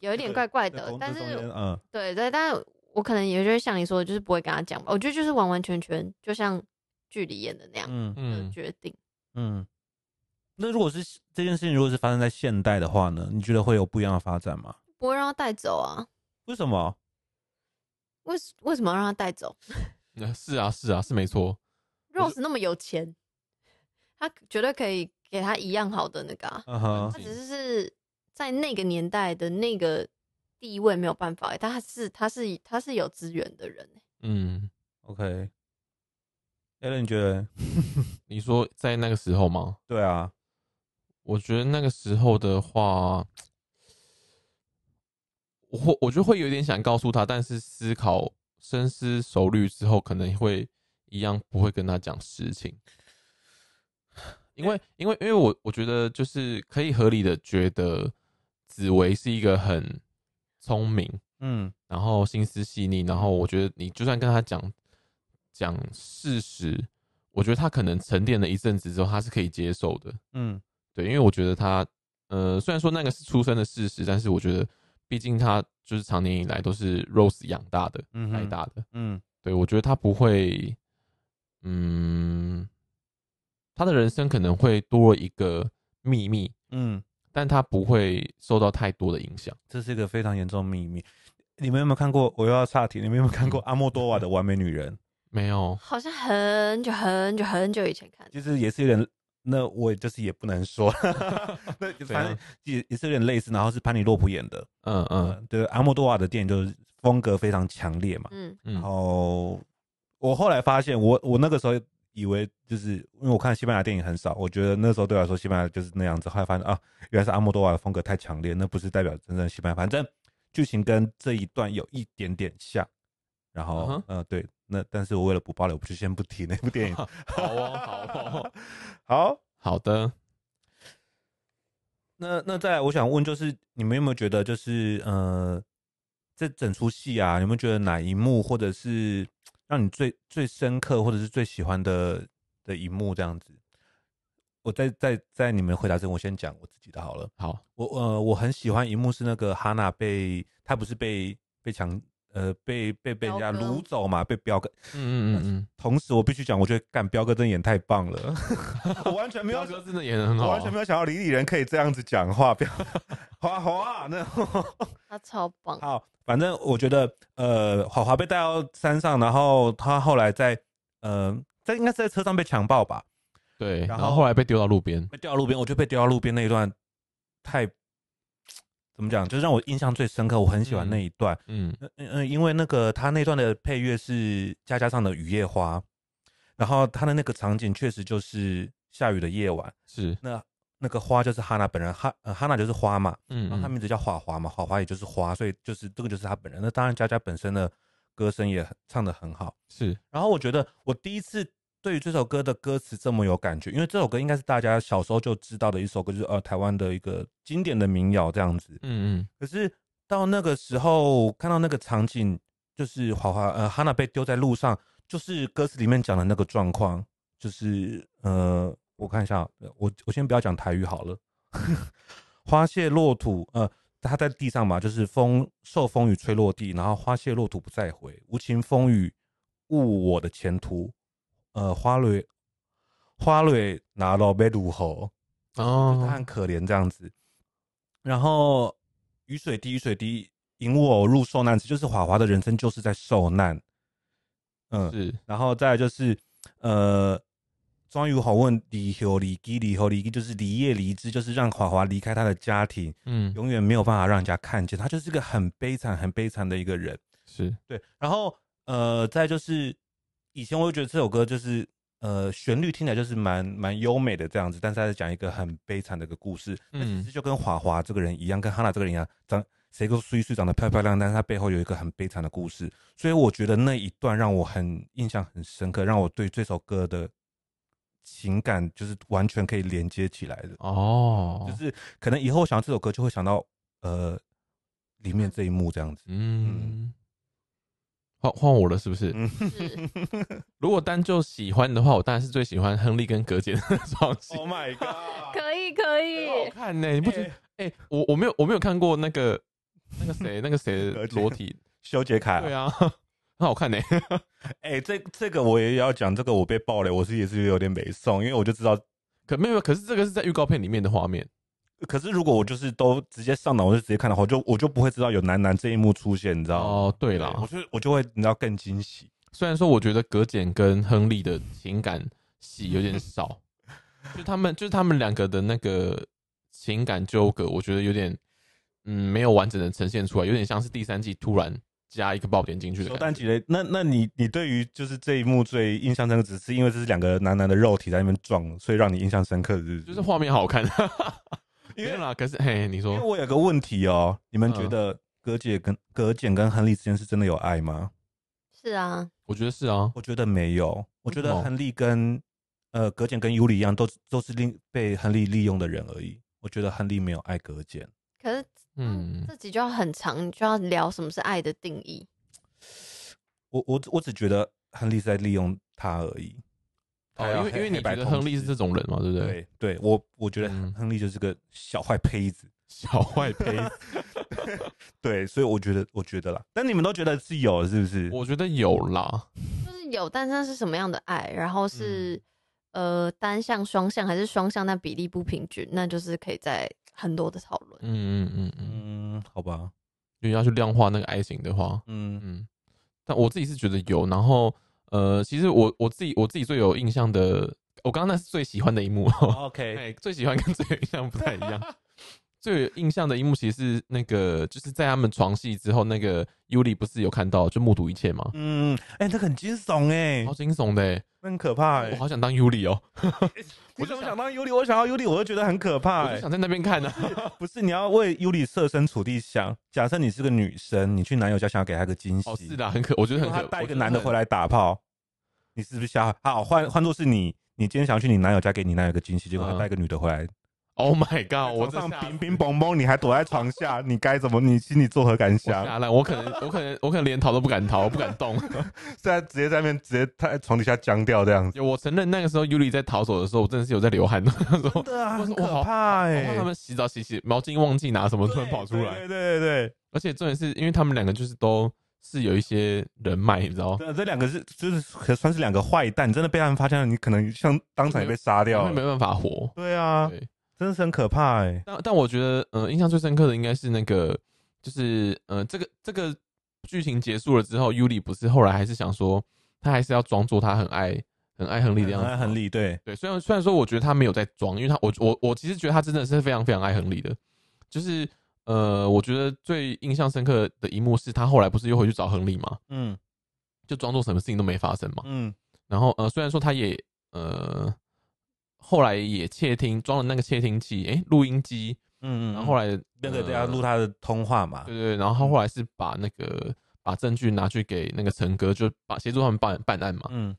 有一点怪怪
在
的
中，
但
这中
是啊
间嗯
对对，但是我可能也就是像你说的，就是不会跟他讲吧。我觉得就是完完全全就像剧里演的那样
嗯
的
嗯，
决定。
嗯。那如果是这件事情，如果是发生在现代的话呢？你觉得会有不一样的发展吗？
不会让他带走啊？
为什么？
为什为什么要让他带走？
那是啊是啊是没错，
Rose 那么有钱，他绝对可以给他一样好的那个、啊。
嗯
哦
哼
他，只是是在那个年代的那个地位没有办法、欸，他是他是他是有资源的人、欸。
嗯，
OK，艾伦，你觉得？
你说在那个时候吗？
对啊，
我觉得那个时候的话，我会我就会有点想告诉他，但是思考深思熟虑之后，可能会一样不会跟他讲实情，因为因为因为我我觉得就是可以合理的觉得紫薇是一个很聪明，
嗯
然后心思细腻，然后我觉得你就算跟他讲讲事实，我觉得他可能沉淀了一阵子之后，他是可以接受的。
嗯
对，因为我觉得他，呃，虽然说那个是出生的事实，但是我觉得，毕竟他就是常年以来都是 Rose 养大的、
嗯
带
哼
大的，
嗯
对我觉得他不会，嗯，他的人生可能会多了一个秘密，
嗯，
但他不会受到太多的影响。
这是一个非常严重的秘密。你们有没有看过？我又要岔题。你们有没有看过阿莫多瓦的《完美女人》？
没有，
好像很久很久很久以前看的，
其实也是有点，那我也就是也不能说， 那反正也也是有点类似。然后是潘尼洛普演的，
嗯 嗯
嗯，对，阿莫多瓦的电影就是风格非常强烈嘛。
嗯，
嗯
然，后我后来发现我，我那个时候以为就是因为我看西班牙电影很少，我觉得那时候对我来说西班牙就是那样子。后来发现啊，原来是阿莫多瓦的风格太强烈，那不是代表真正的西班牙。反正剧情跟这一段有一点点像。然后
嗯哼
呃，对，那但是我为了不爆雷，我就先不提那部电 影。
好哦，好哦，
好，
好的，
那那再来，我想问就是，你们有没有觉得就是呃，这整出戏啊，有没有觉得哪一幕或者是让你最最深刻或者是最喜欢的的一幕这样子？我在在在你们回答之前，我先讲我自己的好了。
好，
我呃，我很喜欢一幕是那个哈娜被她不是被被强呃被被被人家
彪哥
掳走嘛，被彪哥。
嗯嗯 嗯
同时，我必须讲，我觉得干彪哥真的演太棒了， 我完
嗯，
全没有
彪，哥真的演的很
我
好啊，
完全没有想到李李仁可以这样子讲话， 彪华华那种。
他超棒，
好，反正我觉得，呃，华华被带到山上，然后他后来在，呃，在应该是在车上被强暴吧，
啊对，
然
然
后
后后来被丢到路边，
被丢到路边，我觉得被丢到路边那一段太怎么讲，就是让我印象最深刻，我很喜欢那一段。
嗯
嗯嗯嗯，因为那个他那段的配乐是加加上的《雨夜花》，然后他的那个场景确实就是下雨的夜晚，
是，
那那个花就是哈娜本人，哈呃哈娜就是花嘛，
嗯
然后他
嗯
名字叫华华嘛，华华也就是花，所以就是这个就是他本人。那当然，佳佳本身的歌声也很唱的很好。
是，
然后我觉得我第一次对于这首歌的歌词这么有感觉，因为这首歌应该是大家小时候就知道的一首歌，就是呃台湾的一个经典的民谣这样子。
嗯嗯
可是到那个时候看到那个场景，就是华华呃哈娜被丢在路上，就是歌词里面讲的那个状况，就是呃我看一下，呃我我先不要讲台语好了， 花谢落土，呃他在地上嘛，就是风受风雨吹落地，然后花谢落土不再回，无情风雨误我的前途，呃花蕊花蕊拿到被路后。就是他
哦
很，可怜这样子。然后雨水滴，雨水滴，引我入受难池，就是华华的人生就是在受难。嗯，
是，
然后再来就是呃，庄于好问离合离基离合离基，就是离业离枝，就是让华华离开他的家庭，
嗯
永远没有办法让人家看见，他就是一个很悲惨、很悲惨的一个人。
是，
对，然后呃，再就是以前我会觉得这首歌就是呃旋律听起来就是蛮蛮优美的这样子，但是它是讲一个很悲惨的一个故事。嗯，
嗯
其实就跟华华这个人一样，跟哈娜这个人一样，长谁都虽虽长得漂漂亮，但是她背后有一个很悲惨的故事。所以我觉得那一段让我很印象很深刻，让我对这首歌的情感就是完全可以连接起来的。
哦，
就是可能以后想到这首歌就会想到呃里面这一幕这样子。
嗯，换换我了是不是？
嗯，
是
如果单就喜欢的话，我当然是最喜欢亨利跟葛姐的双戏，
Oh my god！
可以可以，
哦好看呢、你不觉得
欸？
哎、我我没有我没有看过那个那个 谁那个谁
葛
的
姐
裸体，
修杰楷、
对啊， 很好看呢、
哎、这这个我也要讲，这个我被爆雷，我是也是有点没送，因为我就知道。
可没有，可是这个是在预告片里面的画面，
可是如果我就是都直接上脑，我就直接看的话，我就我就不会知道有男男这一幕出现，你知道吗？
哦，对
对我
啦，
就我就会你知道更惊喜。
虽然说我觉得葛简跟亨利的情感戏有点 少，就他们就是他们两个的那个情感纠葛，我觉得有点嗯没有完整的呈现出来，有点像是第三季突然加一个爆点进去的
说
感
单
觉。
集嘞，那那你你对于就是这一幕最印象深刻，只是因为这是两个男男的肉体在那边撞，所以让你印象深刻，是不是？
就是画面好 看，没
因为
有啦。可是，嘿，你
因为
说
我有个问题哦，你们
嗯
觉得葛姐跟葛简跟亨利之间是真的有爱吗？
是啊，
我觉得是啊，
我觉得没有，我觉
为
得
什么
亨利跟呃葛简跟尤里一样，都都是利被亨利利用的人而已。我觉得亨利没有爱葛简，
可是嗯
嗯，
这集就要很长，就要聊什么是爱的定义。
我我我只觉得亨利是在利用他而已。
哦
还，有
因为
黑
因为你
黑白
觉得
同
亨利是
志
这种人嘛，对不对？
对对，我我觉得
嗯
亨利就是个小坏胚子。
小坏 胚子，
对，所以我觉得我觉得啦，但你们都觉得是有是不是？
我觉得有啦，
就是有，但是那是什么样的爱？然后是、呃单向、双向还是双向？那比例不平均，那就是可以在很多的讨论。
嗯嗯嗯嗯，
嗯，好吧，
因为要去量化那个爱情的话，
嗯
嗯，但我自己是觉得有，然后呃，其实我我自己我自己最有印象的，我刚刚那是最喜欢的一幕，
，OK，
哎，最喜欢跟最有印象不太一样。最有印象的一幕其实是那个，就是在他们床戏之后，那个尤里不是有看到就目睹一切吗？
嗯，哎、那个很惊悚哎、
好惊悚的欸，
那很可怕哎、
我好想当尤里哦，
我就哎想到尤里，我想到尤里，我就觉得很可怕、
我就
欸。
想在那边看呢。啊
不是，你要为尤里设身处地想，假设你是个女生，你去男友家想要给他个惊喜，
哦，是的，很可，我觉得
如
很
果他
可。
带一
我
个
觉得
男的
很
回，来打炮，你是不是吓？好，换换作是你，你今天想要去你男友家给你男友个惊喜，结果他
嗯
带一个女的回来，
Oh my god！我
床上
真吓
乒乒乓乓，你还躲在床下，你该怎么？你心里作何感
我
想？
吓烂，我可能，我可能，我可能连逃都不敢逃，我不敢动。
现在直接在那边直接在床底下僵掉这样子，
有我承认那个时候 Yuli 在逃走的时候，我真的是有在流汗的。
真
说
的 啊，
我
很
说
可
我好
怕哎、
我怕他们洗澡洗洗毛巾忘记拿什么，突然跑出来。
对对对对对
而且重点是因为他们两个就是都是有一些人脉，你知道，
对，这两个是就是可算是两个坏蛋，真的被他们发现了，你可能像当场也被杀
他
掉
们没
了。
办法活。
对啊，
对，
真的是很可怕哎、
但但我觉得，呃，印象最深刻的应该是那个，就是呃，这个这个剧情结束了之后，尤里不是后来还是想说，他还是要装作他很爱很爱亨利的样子吗，
很很理对，
对，虽然虽然说我觉得他没有在装，因为他我我我其实觉得他真的是非常非常爱亨利的，就是呃，我觉得最印象深刻的一幕是他后来不是又回去找亨利嘛，
嗯
就装作什么事情都没发生嘛。
嗯
然后呃，虽然说他也呃后来也窃听装了那个窃听器，诶、录音机，
嗯嗯，嗯
然后后
来
来、
那个
呃
大家录他的通话嘛，
对对，对然后他后来是把那个把证据拿去给那个陈哥，就把协助他们办办案嘛。
嗯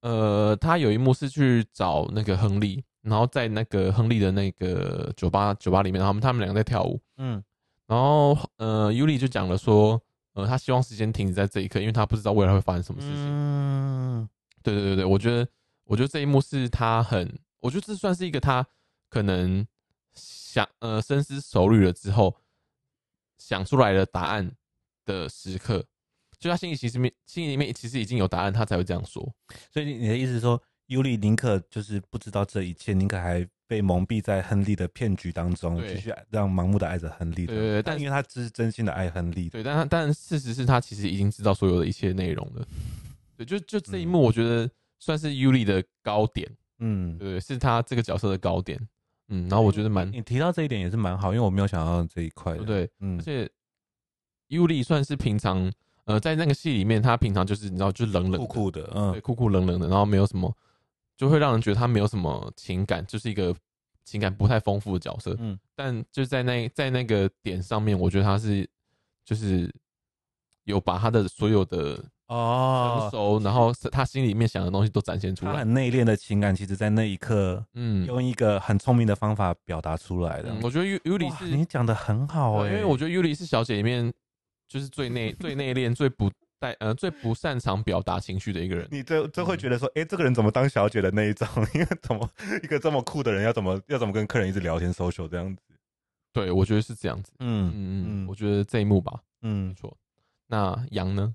呃，他有一幕是去找那个亨利，然后在那个亨利的那个酒吧酒吧里面，然后他们他们两个在跳舞，
嗯
然后呃，尤里就讲了说，呃，他希望时间停止在这一刻，因为他不知道未来会发生什么事情。
嗯，
对对对对，我觉得我觉得这一幕是他很，我觉得这算是一个他可能想呃深思熟虑了之后想出来的答案的时刻，就他心里其实面心里面其实已经有答案，他才会这样说。
所以你的意思是说，尤里宁可就是不知道这一切，宁可还被蒙蔽在亨利的骗局当中，
对
继续让盲目的爱着亨
对
利。
对对但
但因为他只是真心的爱亨利。
对，但他但事实是他其实已经知道所有的一切内容了。对，就就这一幕，我觉得算是尤里的高点，
嗯，
对，是他这个角色的高点。嗯，然后我觉得蛮
你提到这一点也是蛮好，因为我没有想到这一块的。
对不对？
嗯
而且尤里算是平常呃，在那个戏里面，他平常就是你知道，就是冷冷
酷
的，
酷的，
对，
嗯
酷酷冷冷的，然后没有什么，就会让人觉得他没有什么情感，就是一个情感不太丰富的角色。
嗯，
但就在那在那个点上面，我觉得他是就是有把他的所有的成
哦，
熟，然后是他心里面想的东西都展现出
他
来。
很内敛的情感，其实在那一刻
嗯，
用一个很聪明的方法表达出来的
嗯。我觉得尤尤里
哇
是，
你讲的很好
对
哎，
因为我觉得尤里是小姐里面就是最内 最内敛、最不带呃最不擅长表达情绪的一个人。
你这这会觉得说，哎、这个人怎么当小姐的那一种？因为怎么一个这么酷的人要怎么要怎么跟客人一直聊天 social 这样子？
对，我觉得是这样子。
嗯
嗯嗯，
嗯
我觉得这一幕吧，没
嗯
错。那羊呢？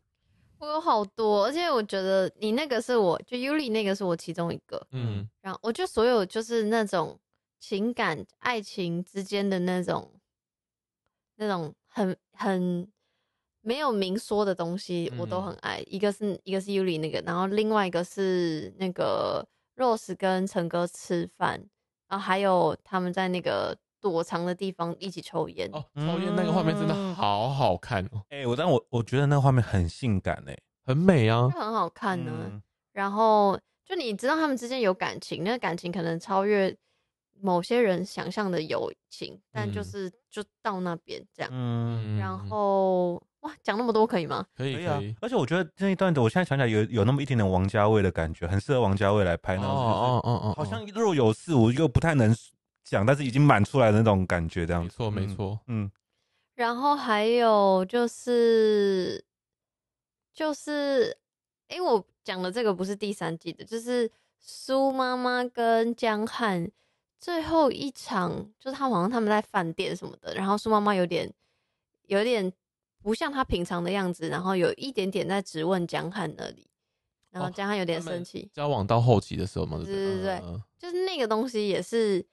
我有好多，而且我觉得你那个是我就 Yuli 那个是我其中一个，
嗯
然后我觉得所有就是那种情感、爱情之间的那种那种很很没有明说的东西，我都
嗯
很爱。一个是一个是 Yuli 那个，然后另外一个是那个 Rose 跟陈哥吃饭，然后还有他们在那个躲藏的地方一起抽
嗯
烟。
哦，抽烟那个画面真的好好看哦，
哎、我但我我觉得那个画面很性感嗯哎、
很美啊
就。很好看呢、
嗯
然后就你知道他们之间有感情，那个感情可能超越某些人想象的友情，但就
嗯
是、就到那边这样。
嗯，
嗯，
然后哇，讲那么多可以吗？
可以
可以啊
可以。。
而且我觉得那一段的，我现在想起来有有那么一点点王家卫的感觉，很适合王家卫来拍那
哦
种，
哦哦哦
就是，好像若有似无又不太能讲，但是已经满出来的那种感觉这样
没
子。
错没
嗯
错。
嗯，
然后还有就是就是，因为我讲的这个不是第三季的，就是苏妈妈跟江汉最后一场，就是他们好像他们在饭店什么的，然后苏妈妈有点有点不像她平常的样子，然后有一点点在质问江汉那里，然后
哦
江汉有点
他们
生气。
交往到后期的时候嘛，不
对对对
嗯嗯
就是那个东西也是，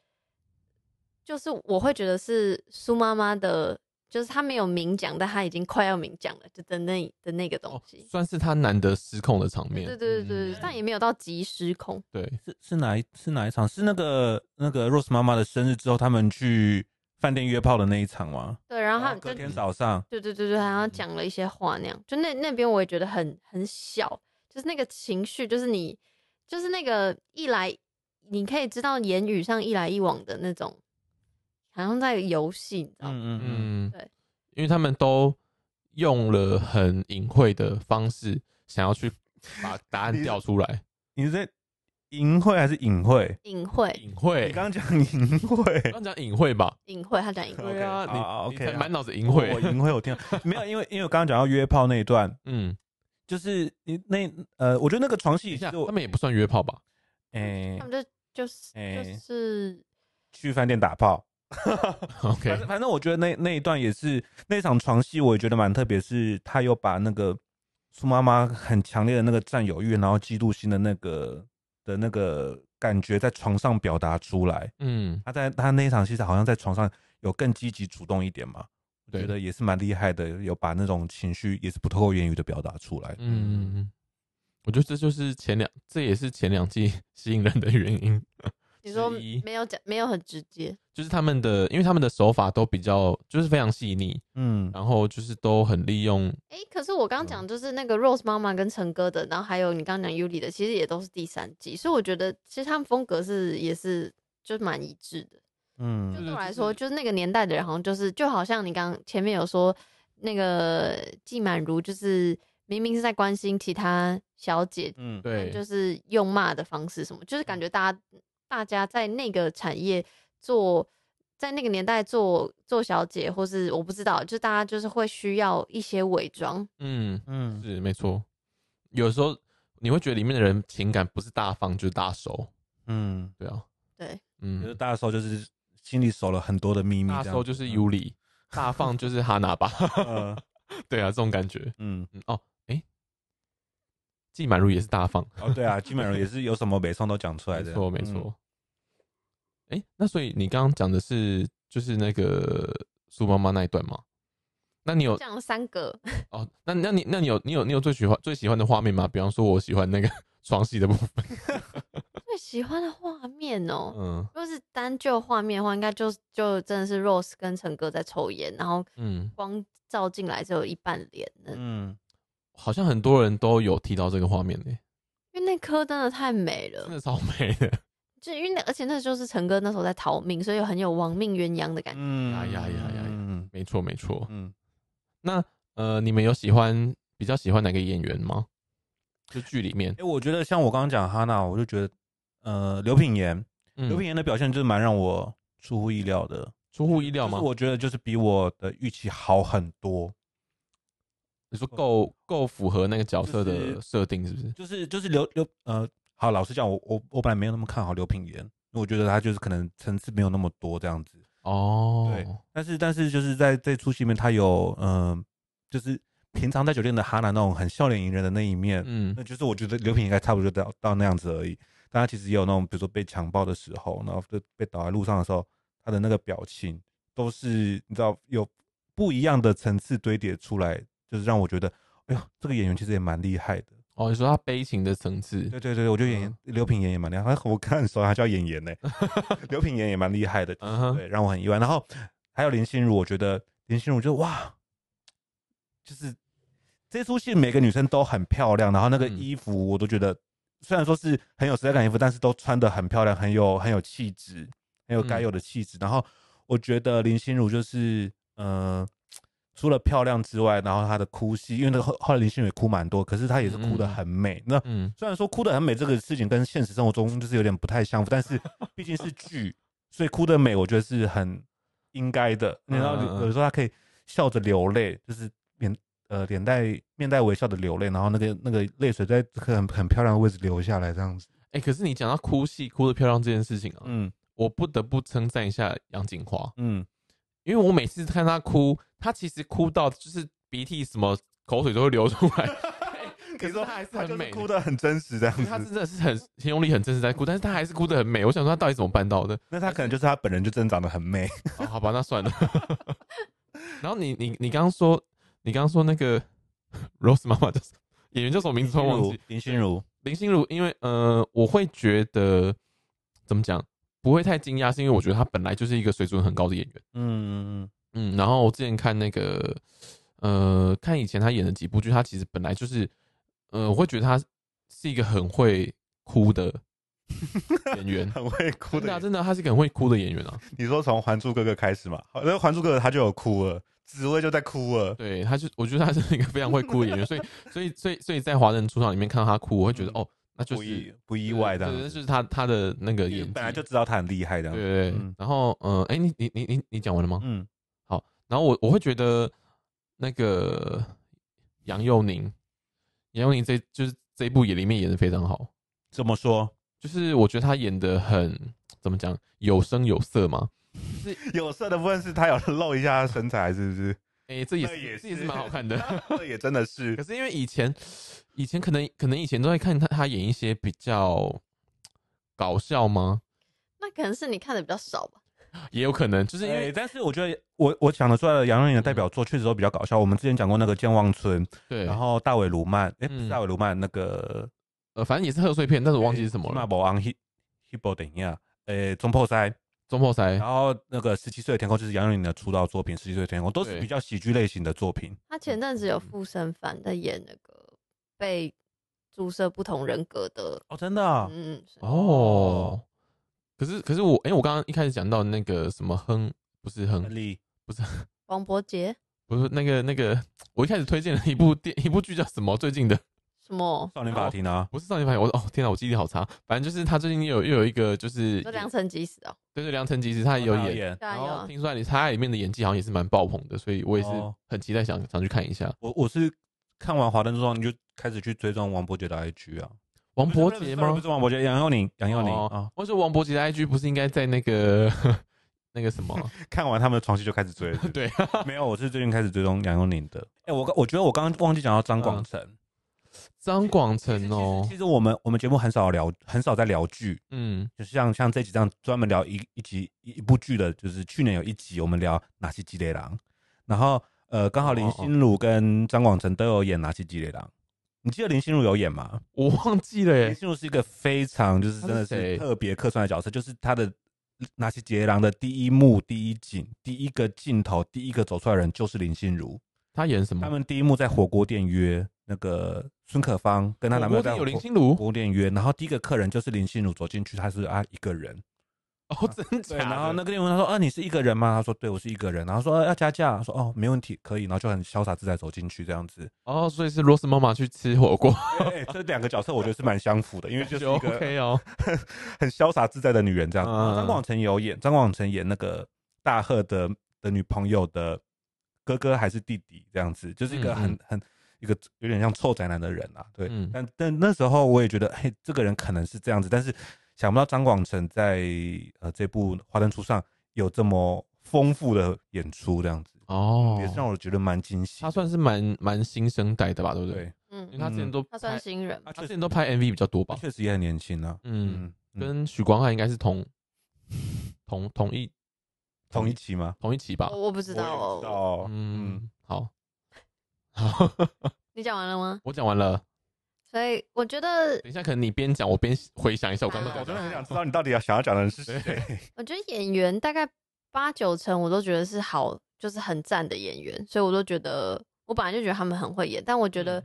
就是我会觉得是苏妈妈的，就是她没有明讲，但她已经快要明讲了，就的那的那个东
哦
西。
算是他难得失控的场
对
面
对。对对对，
嗯
但也没有到极失控。
对，
是是哪一是哪一场？是那个那个 Rose 妈妈的生日之后，他们去饭店约炮的那一场吗？
对，然后她
哦隔
就
天早上，
对对对对，然后
嗯
讲了一些话那样，就那那边我也觉得很很小，就是那个情绪，就是你就是那个一来，你可以知道言语上一来一往的那种，好像在游戏，你知道吗？
嗯嗯
嗯，
对，
因为他们都用了很隐晦的方式，想要去把答 案调出来。
你是在淫秽还是隐晦？
隐晦
隐
你
晦，
刚刚讲淫 秽，哦
刚讲隐晦吧？
隐晦，他讲隐晦，
对啊，
OK，
你
好
你
OK，
才满脑子
淫
隐晦
我。淫秽，我听到没有？因为因为我刚刚讲到约炮那一段，
嗯，
就是你那呃，我觉得那个床戏
等一下，
就
他们也不算约炮吧？
哎
他们就就是、
哎
就是
去饭店打炮，反
OK，
正反正我觉得那那一段也是那场床戏，我也觉得蛮特别，是他有把那个苏妈妈很强烈的那个占有欲，然后嫉妒心的那个的那个感觉在床上表达出来。
嗯，
他在他那一场戏好像在床上有更积极主动一点嘛，我
对
觉得也是蛮厉害的，有把那种情绪也是不透过言语的表达出来。
嗯，嗯，我觉得这就是前两，这也是前两季 吸引人的原因，
你说
之一
没有讲，没有很直接，
就是他们的，因为他们的手法都比较就是非常细腻，
嗯，
然后就是都很利用，
哎、可是我刚
嗯
刚讲就是那个 Rose 妈妈跟陈哥的，然后还有你刚刚讲 Yuli 的，其实也都是第三季，所以我觉得其实他们风格是也是就蛮一致的。就
嗯
对
嗯
我来
就
说，
是
就是那个年代的人，好像就是就好像你刚前面有说那个季满如，就是明明是在关心其他小姐，
嗯，
对，
就是用骂的方式什么，就是感觉大家大家在那个产业做，在那个年代做做小姐，或是我不知道，就大家就是会需要一些伪装，
嗯，
嗯，
是没错。有时候你会觉得里面的人情感不是大方就是大手，
嗯，
对啊，
对，
就是
嗯，
大家说就是心里守了很多的秘密，
大
这
手
样
就是
子嗯
Yuli，大放就是哈娜吧，
呃
对啊，这种感觉。
嗯，
嗯，哦，诶，季满如也是大放，
哦对啊，基本上也是有什么北宋都讲出来
没
的，
错没
嗯
错。诶，那所以你刚刚讲的是就是那个苏妈妈那一段吗？那你有
这样三个，
哦，那那你那你有你有你有最喜欢最喜欢的画面吗？比方说，我喜欢那个 床戏的部分，
最喜欢的画面哦、
嗯
如果是单就画面的话，应该就就真的是 Rose 跟陈哥在抽烟，然后
嗯，
光照进来只有一半脸的，
嗯，
好像很多人都有提到这个画面呢、
因为那颗真的太美
真
了，
的超美的。
就因为那而且那就是陈哥那时候在逃命，所以很有亡命鸳鸯的感觉。
嗯
呀呀呀呀呀
嗯
没错没错。
嗯，
那呃，你们有喜欢比较喜欢哪个演员吗？就剧里面
哎、，我觉得像我刚刚讲哈娜，我就觉得，呃，刘品言，
嗯
刘品言的表现就是蛮让我出乎意料的，
出乎意料
就
吗
是？我觉得就是比我的预期好很多，
你说够够符合那个角色
就
的
是
设定是不是？
就是就是刘刘呃，好，老实讲，我我我本来没有那么看好刘品言，因为我觉得他就是可能层次没有那么多这样子，
哦，
对但是但是就是在这出戏里面，他有嗯、呃就是平常在酒店的哈娜那种很笑脸迎人的那一面，
嗯
那就是我觉得刘品应该差不多就到到那样子而已。但他其实也有那种，比如说被强暴的时候，然后就被倒在路上的时候，他的那个表情都是你知道有不一样的层次堆叠出来，就是让我觉得，哎呦，这个演员其实也蛮厉害的。
哦，你说他悲情的层次
对，对对，我觉得演员刘品言也蛮厉害，哎我看很熟，他叫演员呢、刘品言也蛮厉害的，
嗯哼，
对，让我很意外。然后还有林心如，我觉得林心如就哇，就是这出戏每个女生都很漂亮，然后那个
嗯
衣服我都觉得，虽然说是很有时代感的衣服，但是都穿的很漂亮，很有很有气质，很有该
嗯
有的气质。然后我觉得林心如就是呃。除了漂亮之外，然后她的哭戏，因为那个后后来林心如也哭蛮多，可是她也是哭的
嗯嗯嗯
很美。那
嗯
虽然说哭得很美这个事情跟现实生活中就是有点不太相符，但是毕竟是剧，所以哭得美，我觉得是很应该的。
嗯
然后
嗯嗯
有时候他可以笑着流泪，就是脸呃脸带面带微笑的流泪，然后那个那个泪水在很很漂亮的位置流下来，这样子。
哎、可是你讲到哭戏哭的漂亮这件事情啊，
嗯
我不得不称赞一下杨锦华，
嗯，
因为我每次看她哭，她其实哭到就是鼻涕什么口水都会流出来， 可
你
是
说
她还是
他
很
就是
美
哭得很真实这
就是她
样
真
子。
的是很形容力很真实在哭，但是她还是哭得很美。我想说她到底怎么办到的？
那他可能就是他本人就真的长得 很美。
哦、好吧，那算了。 然后你你你刚刚说你刚刚说那个 Rose 妈妈叫什么演员叫什么名字？突然 忘记。
林心如，
林心如，因为呃，我会觉得怎么讲，不会太惊讶，是因为我觉得她本来就是一个水准很高的演员。
嗯 嗯
嗯，然后我之前看那个，呃，看以前她演的几部剧，她其实本来就是，呃，我会觉得她是一个很会哭 的演员
嗯，，很会哭
真的啊、
的。
真的啊、她是一个很会哭的演员啊。
你说从《还珠格格》开始嘛？好那《还珠格格》他就有哭了，紫薇就在哭了。
对，她就我觉得她是一个非常会哭的演员，所以所以所以所以在《华人出场》里面看到她哭，我会觉得、
嗯
哦，那就
不
是
意不意外的
对，，那就是她她的那个演技，
本来就知道他很厉害的
对。啊对对。
嗯
然后嗯，哎、你你你你你讲完了吗？
嗯
然后我我会觉得那个杨佑宁，杨佑宁这就是这一部也里面演的非常好，
怎么说？
就是我觉得他演的很怎么讲有声有色嘛，是
有色的部分是他有露一下身材，是不是？
哎、这也
那
是
也
这也是
是
蛮好 看的。
这也真的是
可是因为以前，以前可能可能以前都在看他他演一些比较搞笑吗？
那可能是你看的比较少吧。
也有可能，就是因
对，
为、
哎但是我觉得我我想得出来的杨润颖的代表作确实都比较搞笑。我们之前讲过那个健忘村，
对，
然后大尾卢曼，哎，不
嗯
是大尾卢曼，那个哎
呃，反正也是贺岁片，但是我忘记是什么
那
了。
博昂 he hebo 等一下，呃，中破塞，
中破塞
然后那个十七岁的天空就是杨润颖的出道作品，十七岁的天空都是
对
比较喜剧类型的作品。
他前阵子有
嗯
附身犯在演那个被注射不同人格的，
哦，真的啊，
嗯，是
哦。可是可是我哎、我刚刚一开始讲到那个什么亨，不是亨
亨，利，
王伯杰
不是那个那个，我一开始推荐了一部电一部剧叫什么？最近的
什么？
少年法庭啊，
不是少年法庭，我哦天哪，我记忆力好差。反正就是他最近又有又有一个就是
这良辰吉时哦，
对对，良辰吉时，他也有演。
演
对啊，
然
有
后
啊，
听说你他在里面的演技好像也是蛮爆棚的，所以我也是
哦
很期待想想去看一下。
我我是看完《华灯初上》，你就开始去追踪王伯杰的 IG 啊。
王伯
不是
杰
不是
吗
不？是王伯杰，杨佑宁，杨佑宁
哦
啊。
或者王伯杰的 IG 不是应该在那个那个什么？
看完他们的床戏就开始追了。是不是
对，
没有，我是最近开始追踪杨佑宁的。哎，我刚我觉得我刚刚忘记讲到张广成。
张广
其实
成嗯哦
其，实我们我们节目很少聊，很少在聊剧，
嗯，
就是像像这集这样专门聊一一集一一部剧的，就是去年有一集我们聊《哪些鸡肋狼》，然后呃，
哦
刚好林心如跟张广成都有演《哪些鸡肋狼》。你记得林心如有演吗？
我忘记了
林
耶。
心如是一个非常就是
他
真
是
的
谁
是特别客串的角色，就是他的《那些杰郎》的第一幕、第一景、第一个镜头、第一个走出来的人就是林心如。
他演什
他
么？
们第一幕在火锅店约，那个孙可芳跟她男朋
火锅
友在
店
火
有林心
火
如
锅店约，然后第一个客人就是林心如走进去，她是啊一个人，
哦，真假
啊对，
的？
然后那个店员他说啊你是一个人吗？他说对我是一个人，然后说、啊要加价，说哦没问题可以，然后就很潇洒自在走进去这 样子。
哦，所以是罗斯妈妈去吃火锅，
哎这两个角色我觉得是蛮相符的，因为 就是
就
一 个
OK 哦。
很潇洒自在的女人这样。
嗯
张广成也有演，张广成演那个大贺的的女朋友的哥哥还是弟弟这样子，就是一个很、
嗯
很一个有点像臭宅男的人啊。 对，
嗯
但但那时候我也觉得，嘿，这个人可能是这样子，但是想不到张广成在呃这部《花灯初上》有这么丰富的演出这样子，
哦
也，是让我觉得蛮惊喜的。
他算是蛮蛮新生代的吧，对不对？
对，
因为
嗯，
他之前都
他算
拍
新人吧，
他之前都拍 MV 比较多吧？
确实也很年轻啊。
嗯，
嗯，嗯
跟许光汉应该是同同同一
同一期吗？
同一期吧
我？我不知道
我也不知道
哦。
哦。嗯
嗯，好， 好，
你讲完了吗？
我讲完了。
所以我觉得，
等一下，可能你边讲我边回想一下我刚刚
好
讲
我真
的
的很想知道你到底要想要讲的人是谁。
我觉得演员大概八九成我都觉得是好，就是很赞的演员，所以我都觉得，我本来就觉得他们很会演，但我觉得
嗯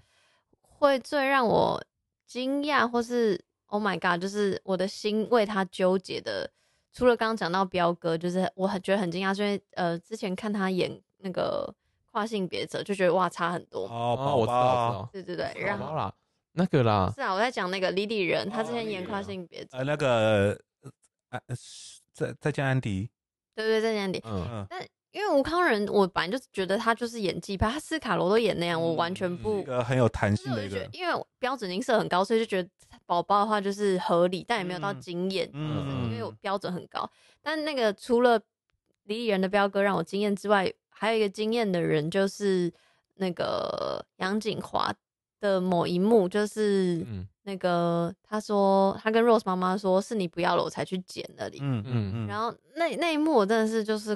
会最让我惊讶或是 Oh my God，就是我的心为他纠结的，除了刚刚讲到彪哥，就是我很觉得很惊讶，是因为呃之前看他演那个跨性别者就觉得哇差很多嘛，
哦
哦，我知道，我知道。
对对对，
宝
然
宝
后
啦，那个啦，
是啊，我在讲那个李李仁，他之
哦
前
李
演
李
跨
仁
性别者，
呃，那个呃，啊是再再见安迪，
对对，在那里。
嗯，
嗯，
因为吴康仁，我本来就觉得他就是演技派，他斯卡罗都演那样，我完全
嗯一
不。
个很有弹
就是
性
我
的
就
一
觉得
个，，
因为我标准音色很高，所以就觉得宝宝的话就是合理，但也没有到
嗯
惊艳，
嗯
因为我标准很高。但那个除了李李仁的彪哥让我惊艳之外，还有一个惊艳的人就是那个杨锦华的某一幕，就是
嗯
那个他说他跟 Rose 妈妈说是你不要了我才去剪那里，
嗯
嗯
然后那那一幕我真的是就是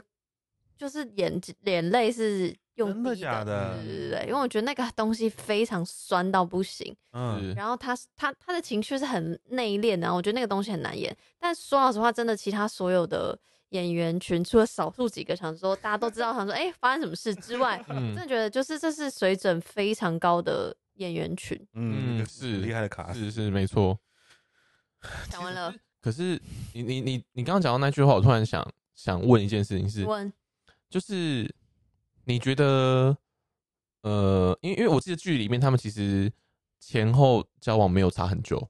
就是眼睛眼泪是用
真的
滴
假的
对对对对，因为我觉得那个东西非常酸到不行，
嗯，
是
然后他他他的情绪是很内敛的，啊然后我觉得那个东西很难演。但说老实话，真的其他所有的演员群，除了少数几个想说大家都知道，想说哎、诶发生什么事之外，真
嗯
的觉得就是这是水准非常高的演员 群。
嗯，一个
是
厉害的卡司，
是是没错。
讲完了，
可是你你你你刚刚讲到那句话，我突然想想问一件事情是，
问
就是你觉得呃，因为因为我记得剧里面他们其实前后交往没有差很久，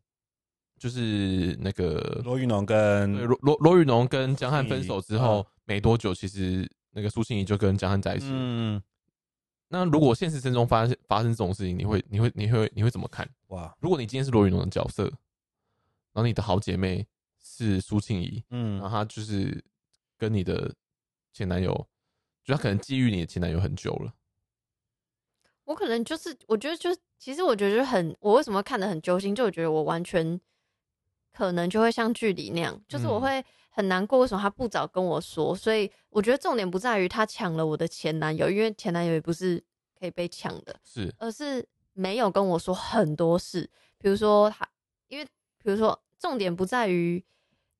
就是那个
罗玉农跟
对罗罗罗宇农跟江汉分手之后
嗯
没多久，其实那个苏欣怡就跟江汉在一起了。
嗯，
那如果现实生中发生发生这种事情，你会你会你会你会怎么看？
哇，
如果你今天是罗云龙的角色，然后你的好姐妹是苏庆怡，然后
嗯，
她就是跟你的前男友，就他可能觊觎你的前男友很久了。
我可能就是，我觉得就是，其实我觉得就很，我为什么看得很揪心，就我觉得我完全可能就会像距离那样，就是我
嗯
会很难过，为什么他不早跟我说？所以我觉得重点不在于他抢了我的前男友，因为前男友也不是可以被抢的，
是，
而是没有跟我说很多事，比如说他，因为比如说重点不在于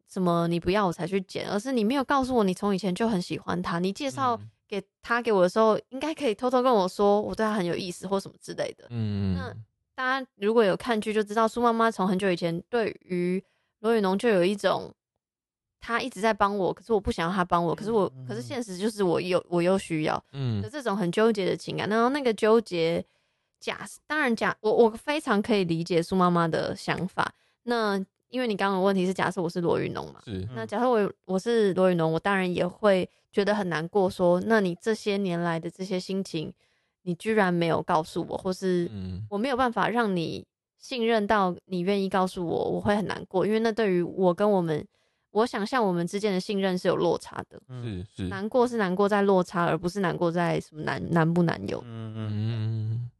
什么你不要我才去捡，而是你没有告诉我你从以前就很喜欢他，你介绍
嗯
给他给我的时候，应该可以偷偷跟我说我对他很有意思或什么之类的。那
嗯，
大家如果有看剧就知道，苏妈妈从很久以前对于罗宇农就有一种。他一直在帮我，可是我不想要他帮我，可是我，可是现实就是我又我又需要，的
嗯，
这种很纠结的情感，然后那个纠结假，当然假，我我非常可以理解苏妈妈的想法。那因为你刚刚的问题是假设我是罗云农嘛，
是，
那假设我我是罗云农，我当然也会觉得很难过说，那你这些年来的这些心情，你居然没有告诉我，或是
嗯，
我没有办法让你信任到你愿意告诉我，我会很难过，因为那对于我跟我们，我想象我们之间的信任是有落差的。
嗯
是是，
难过是难过在落差，而不是难过在什么难难不难有。
嗯嗯，
嗯，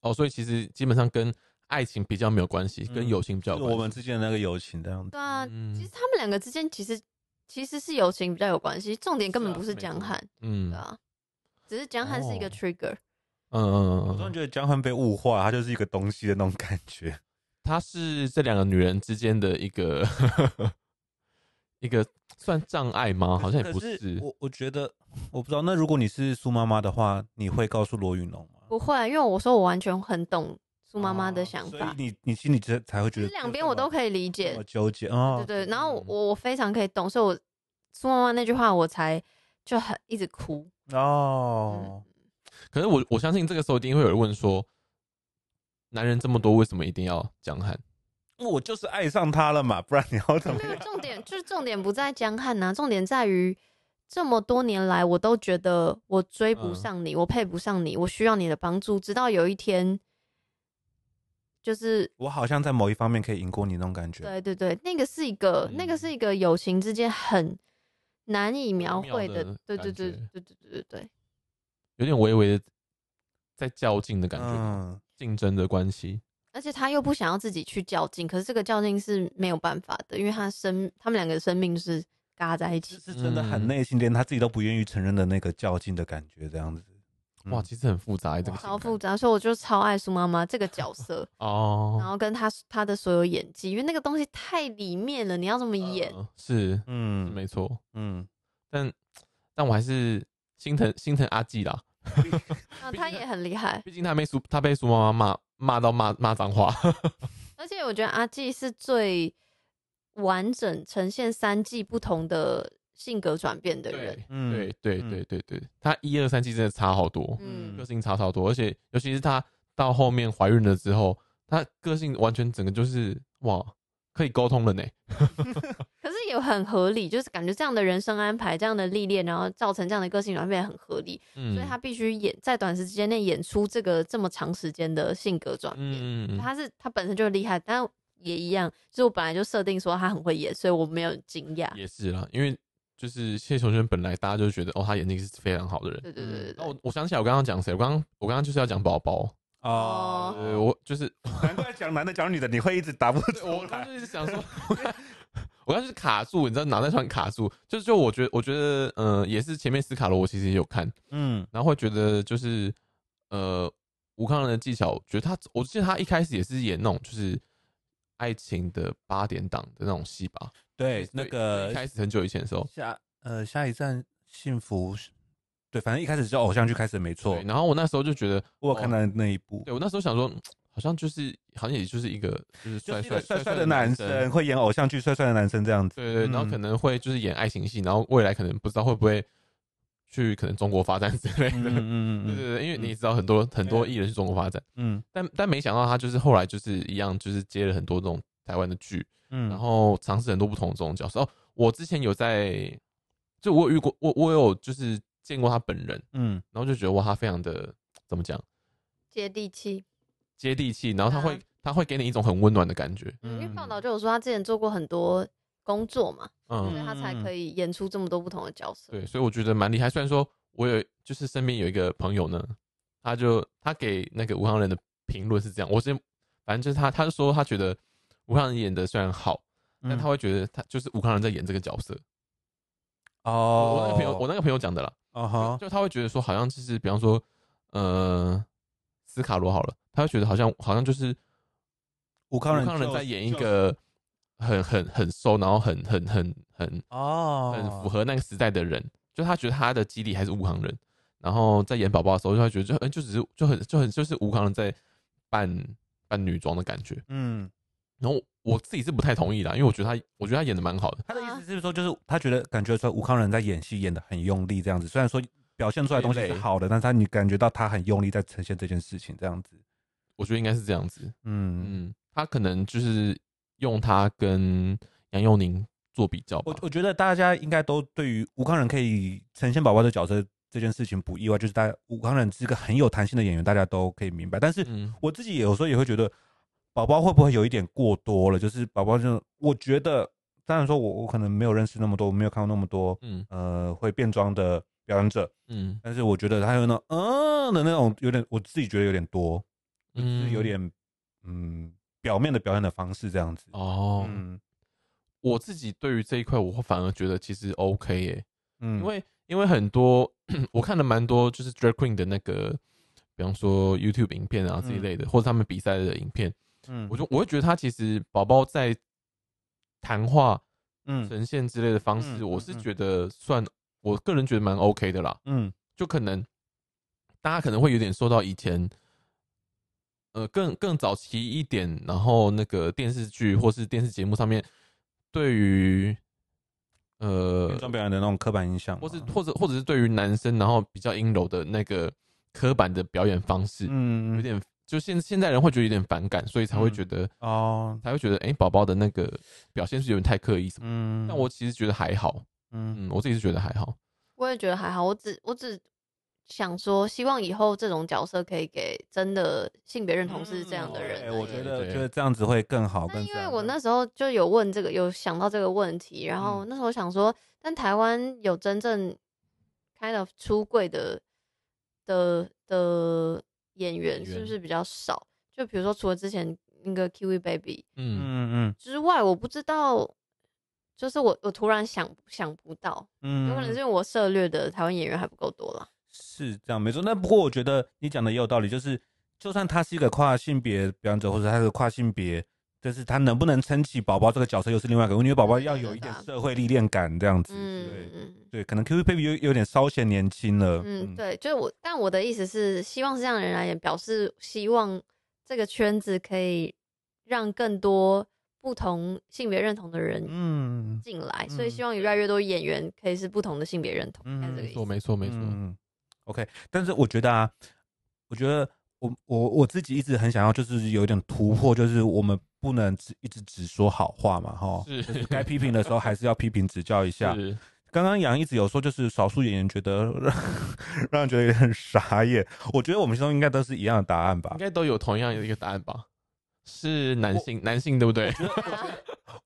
哦，所以其实基本上跟爱情比较没有关系，跟
嗯
友情比较
就是
有关系。
我们之间的那个友情这样子。
对啊，
嗯
其实他们两个之间其实其实是友情比较有关系，重点根本
是啊
不
是
是
没
江
错
汉，
嗯
对啊，只是江汉是一个
哦
trigger，
嗯嗯
我
嗯
突然
嗯，
觉得江汉被物化，他就是一个东西的那种感觉。
她是这两个女人之间的一个 一个算障碍吗？哦好像也不
可
是，
我我觉得我不知道。那如果你是苏妈妈的话，你会告诉罗云龙吗？
不会，因为我说我完全很懂苏
苏
妈妈
哦
的想法，
哦你你心里才才会觉
其
得
实两边我都
以
可以理解，
纠结啊。
对对。然后
嗯
我我非常可以懂，所以我苏妈妈那句话我才就很一直 哭，
哦，
嗯
可是我我相信这个时候一定会有人问说，男人这么多，为什么一定要江汉？
我就是爱上他了嘛，不然你要怎么
没？有重点，就是重点不在江汉呐、重点在于这么多年来，我都觉得我追不
嗯
上你，我配不上你，我需要你的帮助。直到有一天，就是
我好像在某一方面可以赢过你那种感觉。
对对对，那个是一个，那个
嗯
是一个友情之间很难以描
微妙
绘对
的
对
感
对
觉
对对对对对，
有点微微的在较劲的感觉吗，
嗯，
竞、争的关系。
而且他又不想要自己去较劲，可是这个较劲是没有办法的，因为他生他们两个的生命就是嘎在一
这
起。
是真的
嗯
很内心，连他自己都不愿意承认的那个较劲的感觉，这样子。嗯
哇，其实很复杂、这个
哇
情
超
感
复杂，所以我就超爱苏妈妈这个角色，然
哦，
后跟他他的所有演技，因为那个东西太里面了，你要怎么演？
嗯是是
嗯
没错，
嗯，
但但我还是心疼心疼阿纪啦，
那
毕
他
竟
也很厉害，
毕竟他被苏他被苏妈妈骂骂到骂骂脏话，
而且我觉得阿纪是最完整呈现三季不同的性格转变的人。
嗯
对对
嗯
对对对，他一二三季真的差好多，
嗯
个
嗯
性差超多，而且尤其是她到后面怀孕了之后，她个性完全整个就是哇，可以沟通了呢。
可是也很合理，就是感觉这样的人生安排、这样的历练，然后造成这样的个性转变很合理，
嗯，
所以他必须演在短时间内演出这个这么长时间的性格转变。
嗯嗯嗯，
他是他本身就厉害，但也一样，就是我本来就设定说他很会演，所以我没有惊讶。
也是啦，因为就是谢琼轩本来大家就觉得哦，她演技是非常好的人。
对对对对
那
对。
哦我我想起来我刚刚讲谁，我刚刚我刚刚就是要讲宝宝，
哦
对我 就是
难怪讲男的讲女的，你会一直答不出
我刚刚
来。
就是想说，我刚我刚就是卡住，你知道脑袋突然卡住，就就我觉得我觉得嗯、呃也是前面斯卡罗我其实也有看，
嗯
然后会觉得就是呃，吴康仁的技巧，我觉得他，我记得他一开始也是演那种就是爱情的八点档的那种戏吧。，
对，那
一开
个
始很久以前的时候，
下呃下一站幸福是，对，反正一开始是偶像剧开始没错
对。。然后我那时候哦就觉得，
我有看到那一部
对，我那时候想说，嗯好像就是好像也就是一个就是
就
帅
是一个
帅
帅帅
帅
的
男
男生，。会演偶像剧帅帅的男生这样子。
对对，对然后
嗯
可能会就是演爱情戏，然后未来可能不知道会不会去可能中国发展之类
嗯
的。
嗯
对对
嗯
对，因为你也知道很多、很多艺人去中国发展，
嗯
但但没想到他就是后来就是一样，就是接了很多这种台湾的剧，
嗯，
然后尝试很多不同的这种角色。哦，我之前有在，就我有遇过，我我有就是见过他本人，
嗯
然后就觉得哇，他非常的怎么讲
接地气，
接地气，然后他会、
啊
他会给你一种很温暖的感觉。
嗯因为报
嗯
道就有说他之前做过很多工作嘛，所
嗯，
以他才可
以。
以演出这么多不同的角色。
对，所以我觉得蛮厉害。虽然说我有就是身边有一个朋友呢，他就他给那个武汉人的评论是这样，我是反正就是他，他就说他觉得武汉人演的虽然好，
嗯
但他会觉得他就是武汉人在演这个角色。呃我我那
哦，
个朋友，我那个朋友讲的啦，
啊哈，
就他会觉得说好像就是比方说，呃，斯卡罗好了，他会觉得好像好像就是
武康
武
人
汉人
就
在演一
就
个很很很瘦，然后很很很很
哦，
很符合那个时代的人，就他觉得他的基底还是武行人，然后在演宝宝的时候，就会觉得就嗯就只是就很就很就是武行人在扮扮女装的感觉。
嗯，
然后我自己是不太同意啦，因为我觉得他我觉得他演的蛮好的，
他的意思是说，就是他觉得感觉说武康人在演戏演的很用力这样子，虽然说表现出来的东西是好的，但是他你感觉到他很用力在呈现这件事情这样子。
我觉得应该是这样子。
嗯，
嗯，他可能就是用他跟杨佑宁做比较吧
我。我觉得大家应该都对于吴康人可以呈现宝宝的角色这件事情不意外，就是大家吴康人是个很有弹性的演员，大家都可以明白。但是
嗯，
我自己有时候也会觉得，宝宝会不会有一点过多了？就是宝宝就我觉得，当然说我我可能没有认识那么多，我没有看过那么多，
嗯
呃，会变装的表演者，
嗯
但是我觉得他有那种嗯的那种，有点我自己觉得有点多，就是
嗯，
有点嗯表面的表演的方式这样子。
哦。
嗯
我自己对于这一块，我反而觉得其实 OK 耶、
嗯，
因为因为很多 我看了蛮多就是 drag queen 的那个，比方说 YouTube 影片啊这一类的，或者他们比赛的影片，
嗯
我就我会觉得他其实宝宝在谈话、
嗯
呈现之类的方式，
嗯
我是
嗯嗯
觉得算我个人觉得蛮 OK 的啦。
嗯
就可能大家可能会有点受到以前，呃，更更早期一点，然后那个电视剧或是电视节目上面对于呃
变装表演的那种刻板印象嘛，
或是或者或者是对于男生，然后比较阴柔的那个刻板的表演方式，
嗯
有
嗯
点就现现在人会觉得有点反感，所以才会
嗯
觉得、
哦
才会觉得哎，诶宝、宝的那个表现是有点太刻意什么。
嗯，
但我其实觉得还好，
嗯
嗯，我自己是觉得还好，
我也觉得还好，我只我只想说，希望以后这种角色可以给真的性别认同是这样
嗯
的人啊
哎
来演。
我觉得
对
觉得这样子会更好，更
但因
自
为
然
我那时候就有问这个，有想到这个问题，然后
嗯
那时候想说，但台湾有真正 kind of 出柜的的的演员是不
员
是比较少？就比如说，除了之前那个 Kiwi Baby
嗯
嗯嗯
之外，我不知道，就是我我突然想想不到，
嗯，
有可能是因为我涉略的台湾演员还不够多啦。
是这样没错。那不过我觉得你讲的也有道理，就是就算他是一个跨性别表演者，或者他是个跨性别，但是他能不能撑起宝宝这个角色又是另外一个问题。因为宝宝要有一点社会历练感这样子，
嗯
对
嗯。
对，可能 Q Q Baby 有有点稍显年轻了，
嗯，，对，就是我，但我的意思是，希望是这样的人来演，表示希望这个圈子可以让更多不同性别认同的人
嗯
进来，所以
嗯
希望有越来越多演员可以是不同的性别认同，应该是这个
没
嗯
意
错
思。
没错没错，
嗯，OK。但是我觉得啊，我觉得我我我自己一直很想要，就是有一点突破，就是我们不能只一直只说好话嘛，哈，
是
就是该批评的时候还是要批评指教一下，
是
刚刚杨一直有说，就是少数演员觉得 让让人觉得有点很傻眼。我觉得我们心中应该都是一样的答案吧
应。该都有同样的一个答案吧？是男性男性对不对？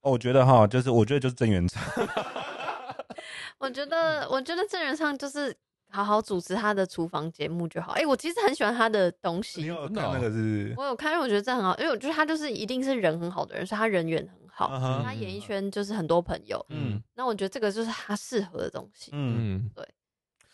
哦，我觉得哈，就是我觉得就是郑元畅，
我觉
嗯
得，我觉得郑仁畅就是好好主持他的厨房节目就好。哎、我其实很喜欢他的东
你
西，
有
真
看
的哦
那个是？
我有看，因为我觉得这很好，因为我觉得他就是一定是人很好的人，所以他人缘很好，
啊哈
他演艺圈就是很多朋友，
嗯
那我觉得这个就是他适合的东西。
嗯，
嗯，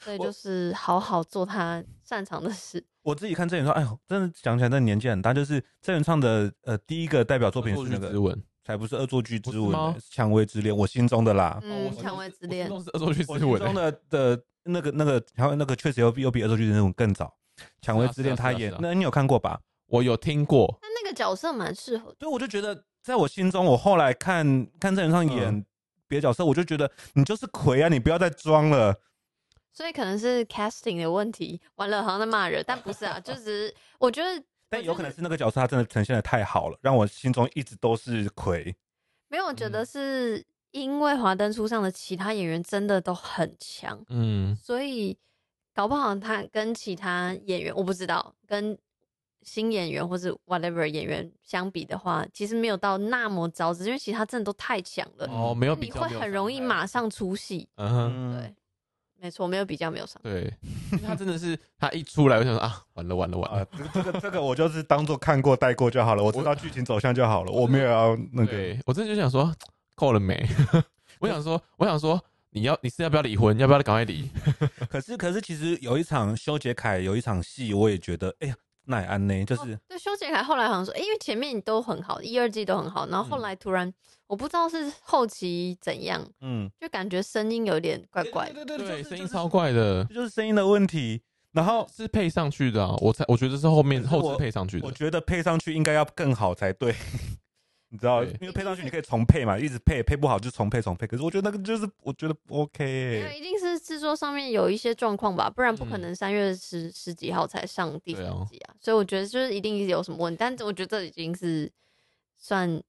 所以
我
就是好好做他擅长的事。
我自己看郑元畅，哎呦，真的想起来，真的年纪很大。就是郑元畅的呃第一个代表作品是那
之
个，
吻，
才不是《恶作剧之
不
吻
是吗》
《蔷薇之恋》，我心中的啦，
嗯，
哦我
《蔷薇之
我
恋
心》中是恶作剧
我
之
心
吻欸，
中的的那个那个，还有那个确实又比又比《恶作剧之吻》更早，《蔷薇之恋》
是啊
他
是啊
演
是啊，
那你有看过吧？
我有听过，
他那个角色蛮适合的，
所以我就觉得，在我心中，我后来看看郑元畅演别的角色，我就觉得你就是魁啊，你不要再装了。
所以可能是 casting 的问题。完了，好像在骂人，但不是啊，就只是我觉得
但
我
有
觉
可能
得
是那个角色他真的呈现的太好了，让我心中一直都是魁。
没有，我觉得
嗯
是因为《华灯初上》的其他演员真的都很强，
嗯
所以搞不好他跟其他演员我不知道，跟新演员或是 whatever 演员相比的话，其实没有到那么糟，只是因为其他真的都太强了，
哦，没有比
呃你
较，
会
没有
很
伤
容易
害
马上出戏。
嗯哼，
嗯
对，没错，没有比较，没有伤。
对，因为他真的是他一出来，我想说啊，完了完了完
啊
了，，
这个这个这个我就是当做看过带过就好了，我知道剧情走向就好了，我没有要那个。
对我真的就想说够了没？ 我想说，我想说，你要你是要不要离婚？要不要赶快离？
可是可是其实有一场修杰楷有一场戏，我也觉得哎呀奈安呢，就是
对，修杰楷后来好像说，诶因为前面都很好，一二季都很好，然后后
嗯
来突然、我不知道是后期怎样，
嗯，
就感觉声音有点怪怪的。
对对
对，声音超
超，
怪的，
就是声音的问题。然后
是配上去的啊，我才我觉得是后面
可是我
后置配上去
我
的，
觉得配上去应该要更好才对， 你知道，
对
因为配上去你可以重配嘛，一直配配不好就重配重配。可是我觉得那个就是我觉得不 OK，
没
欸、
啊有，一定是制作上面有一些状况吧，不然不可
嗯
能三月十、十几号才上第
对
三
啊
季啊。所以我觉得就是一定有什么问题，但我觉得这已经是算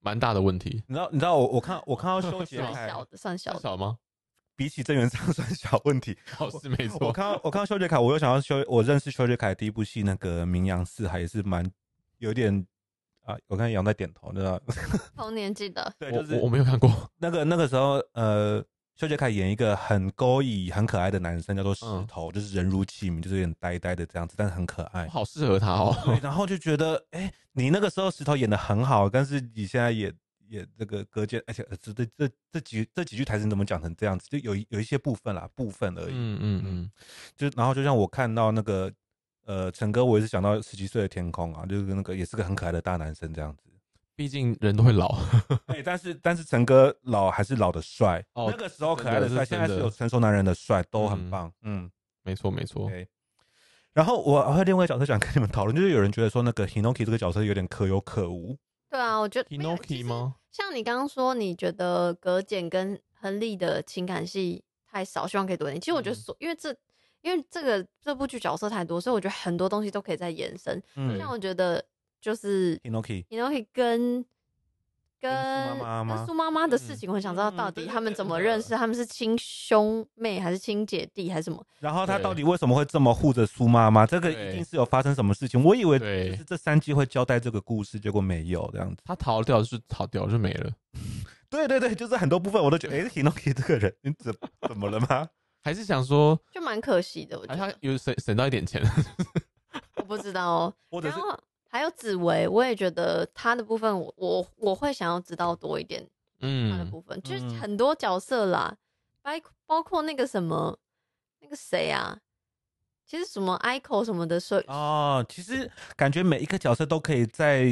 蛮大的问题，
你知道你知道我我看 我看到修杰
算
楷
小的，算小的。
少吗？
比起真源上算小问题，
好是没
我
错，
看到我看到修杰楷，我又想到修，我认识修杰楷的第一部戏那个《名扬四海》，也是蛮有点啊，我看杨在点头，对吧？
同年纪的，
对，
我
就
我我
是
没有看过，
那个那个时候，呃，修杰楷演一个很勾引、很可爱的男生，叫做石头，就是人如其名，就是有点呆呆的这样子，但是很可爱。
好适合他哦，
对，然后就觉得，哎、你那个时候石头演的很好，但是你现在也也这个隔间，而且呃这这这这几这几句台词你怎么讲成这样子？就有一有一些部分啦，部分而已。
嗯嗯嗯，
就然后就像我看到那个呃陈哥，我也是想到十七岁的天空啊，就是那个也是个很可爱的大男生这样子。
毕竟人都会老，
对，但是但是陈哥老还是老的帅，
哦
那个时候可爱的帅，现
真的是真
在
的
是有成熟男人的帅，都
嗯哦
很棒。嗯，
没错没错，
对。然后我还有另外一个角色想跟你们讨论，就是有人觉得说那个 Hinoki 这个角色有点可有可无，
对啊，我觉得
k i
没
n o
有
k
其
i
实
吗？
像你刚刚说，你觉得葛简跟亨利的情感戏太少，希望可以多一点。其实我觉得
嗯
所，因为这因为这个这部剧角色太多，所以我觉得很多东西都可以再延伸。
嗯
对
像我觉得就是
，Hinoki
你都可以跟跟
跟苏妈妈吗
跟苏妈妈的事情，我很想知道
嗯
到
对
底
对
他们
对
怎
真
么
的
认识，他们是亲兄妹还是亲姐弟还是什么？
然后他
对
到底为什么会这么护着苏妈妈？这个
对
一定是有发生什么事情。我以为
对
就是这三季会交代这个故事，结果没有这样子。
他逃掉就是逃掉就没了，
对对对，就是很多部分我 都觉得，哎、h i n o k i 这个人，你怎怎么了吗？
还是想说，
就蛮可惜的，我觉
哎，他
得
有省省到一点钱，
我不知道哦。
或者
然
是
后还有紫薇，我也觉得她的部分我，我我会想要知道多一点她的
嗯，
部分，就是
嗯
很多角色啦，包包括那个什么那个谁啊，其实什么 Ico 什么的，所以
哦，其实感觉每一个角色都可以在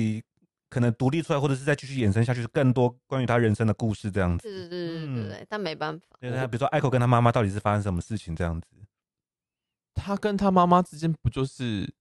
可能独立出来，或者是再继续衍生下去，更多关于他人生的故事这样子。
对对对对对
嗯
对，但没办法，
对，他比如说艾蔻跟他妈妈到底是发生什么事情这样子，
他跟他妈妈之间不就是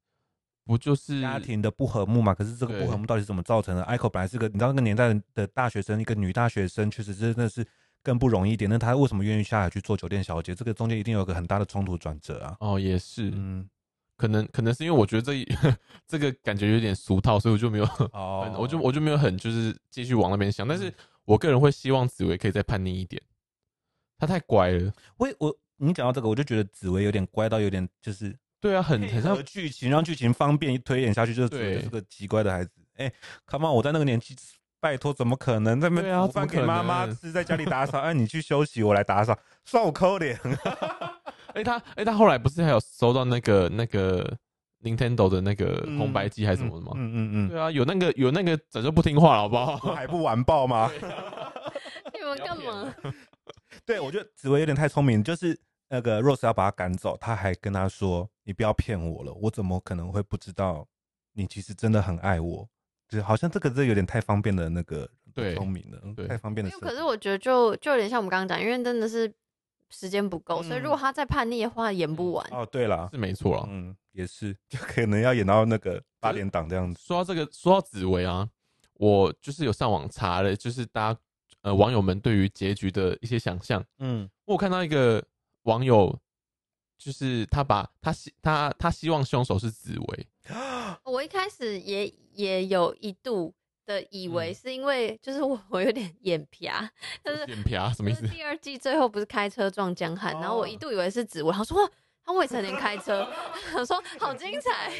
不就是
家庭的不和睦嘛。可是这个不和睦到底是怎么造成的？艾蔻本来是个你知道那个年代的大学生，一个女大学生，确实真的是更不容易一点。那她为什么愿意下来去做酒店小姐？这个中间一定有一个很大的冲突转折啊。
哦，也是，
嗯，
可能可能是因为我觉得这一 这个感觉有点俗套，所以我就没有很，
哦，嗯
我就我就没有很就是继续往那边想。但是我个人会希望紫薇可以再叛逆一点，她太乖了。
我我你讲到这个，我就觉得紫薇有点乖到有点就是
对啊，很
配
很
合
像
剧情，让剧情方便推演下去，就是主角
对
是个奇怪的孩子。哎、c o m e on，我在那个年纪，拜托，怎么可能在那
对啊
边煮饭
怎么
给
可
妈妈
能
吃，在家里打扫？哎、你去休息，我来打扫，受扣脸。
哎、他哎、他后来不是还有收到那个那个 Nintendo 的那个
嗯
红白机还是什么的吗？
嗯嗯嗯
对啊，有那个有那个早就不听话了，好不
嗯，
好？
还不完爆吗？
你们
要
干
骗
嘛？
对，我觉得紫薇有点太聪明，就是那个 Rose 要把他赶走，他还跟他说：“你不要骗我了，我怎么可能会不知道你其实真的很爱我？”就是好像这个这有点太方便的那个
对
聪明了，嗯
对
太方便
因
的
为
设
可是
定
我觉得就就有点像我们刚刚讲，因为真的是时间不够，所以如果
嗯
他再叛逆的话，演不完。
哦，对了，
是没错啊啦。
嗯，也是，就可能要演到那个八点档这 样子。
说到这个，说到紫薇啊，我就是有上网查了，就是大家呃网友们对于结局的一些想象。
嗯，
我有看到一个网友，就是他把他希他他希望凶手是紫薇，
我一开始也也有一度的以为
嗯
是因为就是我我有点眼皮啊，但是
脸皮啊什么意
就
思
是？第二季最后不是开车撞江汉，然后我一
哦
度以为是紫薇，他说哇他未成年开车， 我说好精彩，，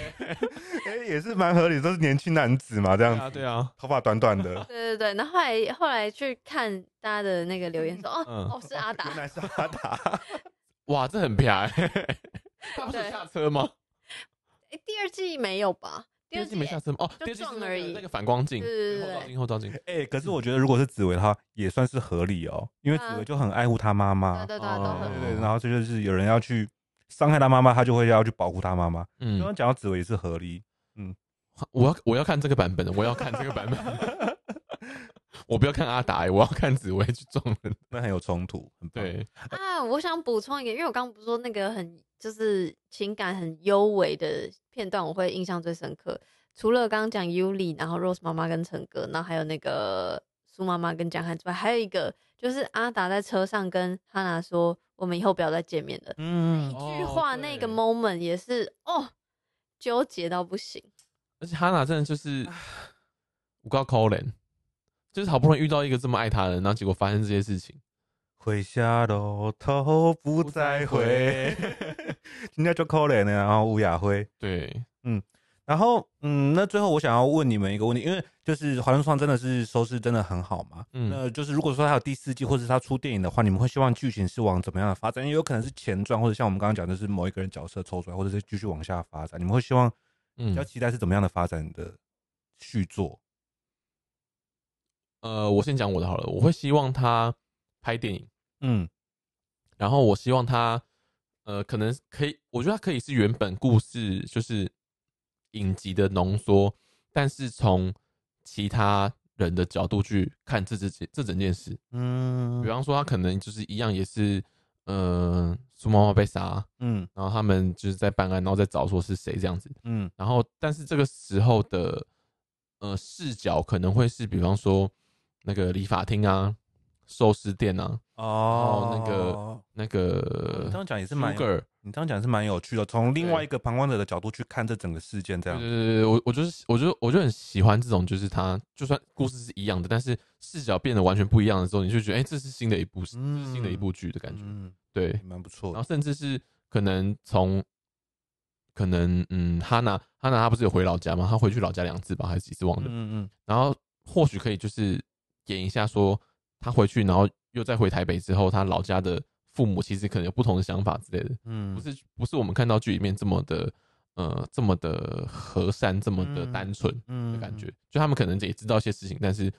哎，也是蛮合理，都是年轻男子嘛，这
对
样
啊
子，
对啊，
头发短短的
对对对。然后后来后来去看大家的那个留言说，哦、
嗯
哦是阿达
原，来是阿达，
哇，这很漂亮。 他不是
对
下车吗？
诶第二季没有吧？第
第
二
二
季
季没下车吗？哦，
就
第二季是
撞
那
而
个
已
那个反光镜，
对对对
后照
对
镜后照镜。
哎，可是我觉得如果是紫薇的话，也算是合理哦，因为紫
啊
薇就很爱护她妈妈
对，对对，都
哦
对
很
对对，然后这就是有人要去伤害她妈妈，她就会要去保护她妈妈。
嗯
刚，刚讲到紫薇也是合理，
我要我要看这个版本的，我要看这个版本。 我不要看阿达、欸，我要看紫薇去撞人。
那很有冲突，很棒。
对，
啊，我想补充一个，因为我刚刚不是说那个很就是情感很幽微的片段，我会印象最深刻。除了刚刚讲 Yuli，然后 Rose 妈妈跟陈哥，然后还有那个苏妈妈跟江汉之外，还有一个就是阿达在车上跟哈娜说：“我们以后不要再见面了。”一
嗯，
句
哦
话，那个
对
moment 也是哦，纠结到不行。
而且哈娜真的就是我告 Colin，就是好不容易遇到一个这么爱她的人，然后结果发生这些事情，
回下楼，头不再回。 人家就扣脸呢，然后吴雅辉。
对，
然后，嗯，那最后我想要问你们一个问题，因为就是《华灯初上》真的是收视真的很好嘛？
嗯
那就是如果说它有第四季，或者是它出电影的话，你们会希望剧情是往怎么样的发展？也有可能是前传，或者像我们刚刚讲的是某一个人角色抽出来，或者是继续往下发展。你们会希望比
嗯
较，期待是怎么样的发展的续作？
呃，我先讲我的好了，我会希望她拍电影，
嗯
然后我希望她，呃，可能可以，我觉得她可以是原本故事就是影集的浓缩，但是从其他人的角度去看这这这整件事，比
嗯
方说，他可能就是一样，也是，呃，苏妈妈被杀，
嗯
然后他们就是在办案，然后再找说是谁这样子。
嗯
然后，但是这个时候的，呃，视角可能会是，比方说那个理发厅啊、寿司店啊、
哦，
那个那
你
个
这样哦讲也是蛮有
Sugar，
你这样讲是蛮有趣的，从另外一个旁观者的角度去看这整个事件，这
对对
样。
对对，我我就是我就我就很喜欢这种，就是他就算故事是一样的，但是视角变得完全不一样的时候，你就觉得，哎，这是新的一部，这是新的一部剧的感觉，
嗯，
对。
蛮不错
然后
的。
甚至是可能从可能嗯，哈娜哈娜她不是有回老家吗？她回去老家两次吧，还是几次忘了。
嗯嗯
然后或许可以就是演一下说她回去，然后又再回台北之后，她老家的父母其实可能有不同的想法之类的，
嗯，
不是不是我们看到剧里面这么的呃这么的和善，这么的
嗯
单纯的
嗯
感觉。。就他们可能也知道一些事情，但是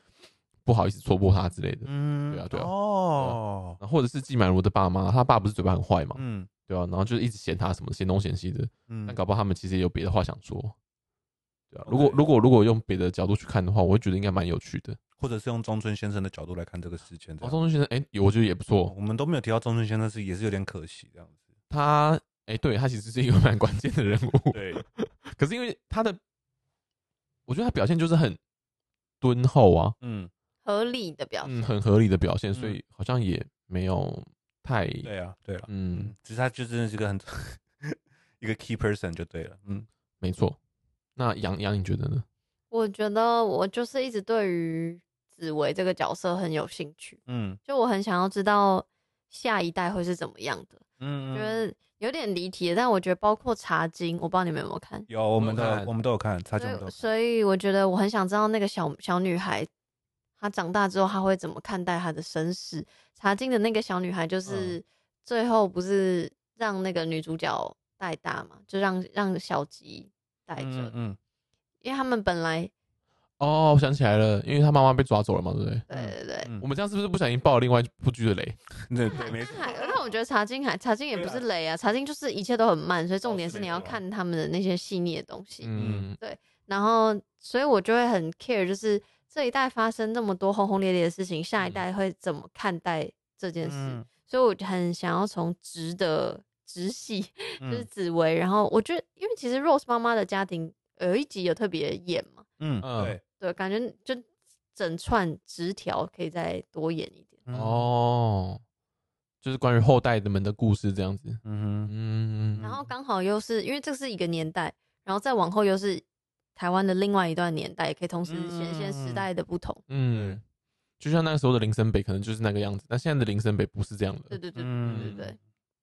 不好意思戳破他之类的。
嗯，
对啊对啊
哦，
然后或者是季满如的爸妈，他爸不是嘴巴很坏嘛，
嗯
对啊吧、然后就一直嫌他什么嫌东嫌西的，
嗯
但搞不好他们其实也有别的话想说，对啊。如
OK
果如果如果用别的角度去看的话，我会觉得应该蛮有趣的。
或者是用中村先生的角度来看这个事件，这
哦，
样。
中村先生，哎、我觉得也不错。
我们都没有提到中村先生，是也是有点可惜这样子。
他，哎、对他其实是一个蛮关键的人物，
对，
可是因为他的，我觉得他表现就是很敦厚啊，
嗯，
合理的表现
嗯，，很合理的表现，
嗯
所以好像也没有太，
对啊，对了，
嗯
嗯，，只是他就真的是个很 一个 key person 就对了，嗯
没错。那杨杨，你觉得呢？
我觉得我就是一直对于紫薇这个角色很有兴趣。
嗯
就我很想要知道下一代会是怎么样的，
嗯，
觉得有点离题，但我觉得包括茶经，我不知道你们有没有看，
有我们
我有
的
看
我们都有看，差距我们
所以
都有看
所以我觉得我很想知道那个小小女孩，她长大之后她会怎么看待她的身世。茶经的那个小女孩
嗯
就是、最后不是让那个女主角带大嘛，就让让小吉带着，
嗯嗯
因为他们本来
哦，我想起来了，因为他妈妈被抓走了嘛，对不对？
对对对。
嗯
我们这样是不是不小心爆了另外一部剧的雷？
嗯，对对，没错
但。还，但我觉得茶经还茶经也不是雷啊，茶经就是一切都很慢，所以
哦
重点是你要看他们的那些细腻的东西。
嗯，
然后，所以我就会很 care，就是这一代发生这么多轰轰烈烈的事情，下一代会怎么看待这件事？
嗯
所以我就很想要从直的直系，就
嗯
是紫薇。然后我觉得，因为其实 Rose 妈妈的家庭有一集有特别演嘛，
嗯
嗯
对，
对，感觉就整串直条可以再多演一点。
嗯，
哦，就是关于后代们的故事这样子。
嗯哼，
嗯，
然后刚好又是因为这是一个年代，然后再往后又是台湾的另外一段年代，也可以同时显现时
嗯
代的不同。
嗯
对，
就像那个时候的林森北可能就是那个样子，但现在的林森北不是这样
对
的，
对对对
嗯
对对对。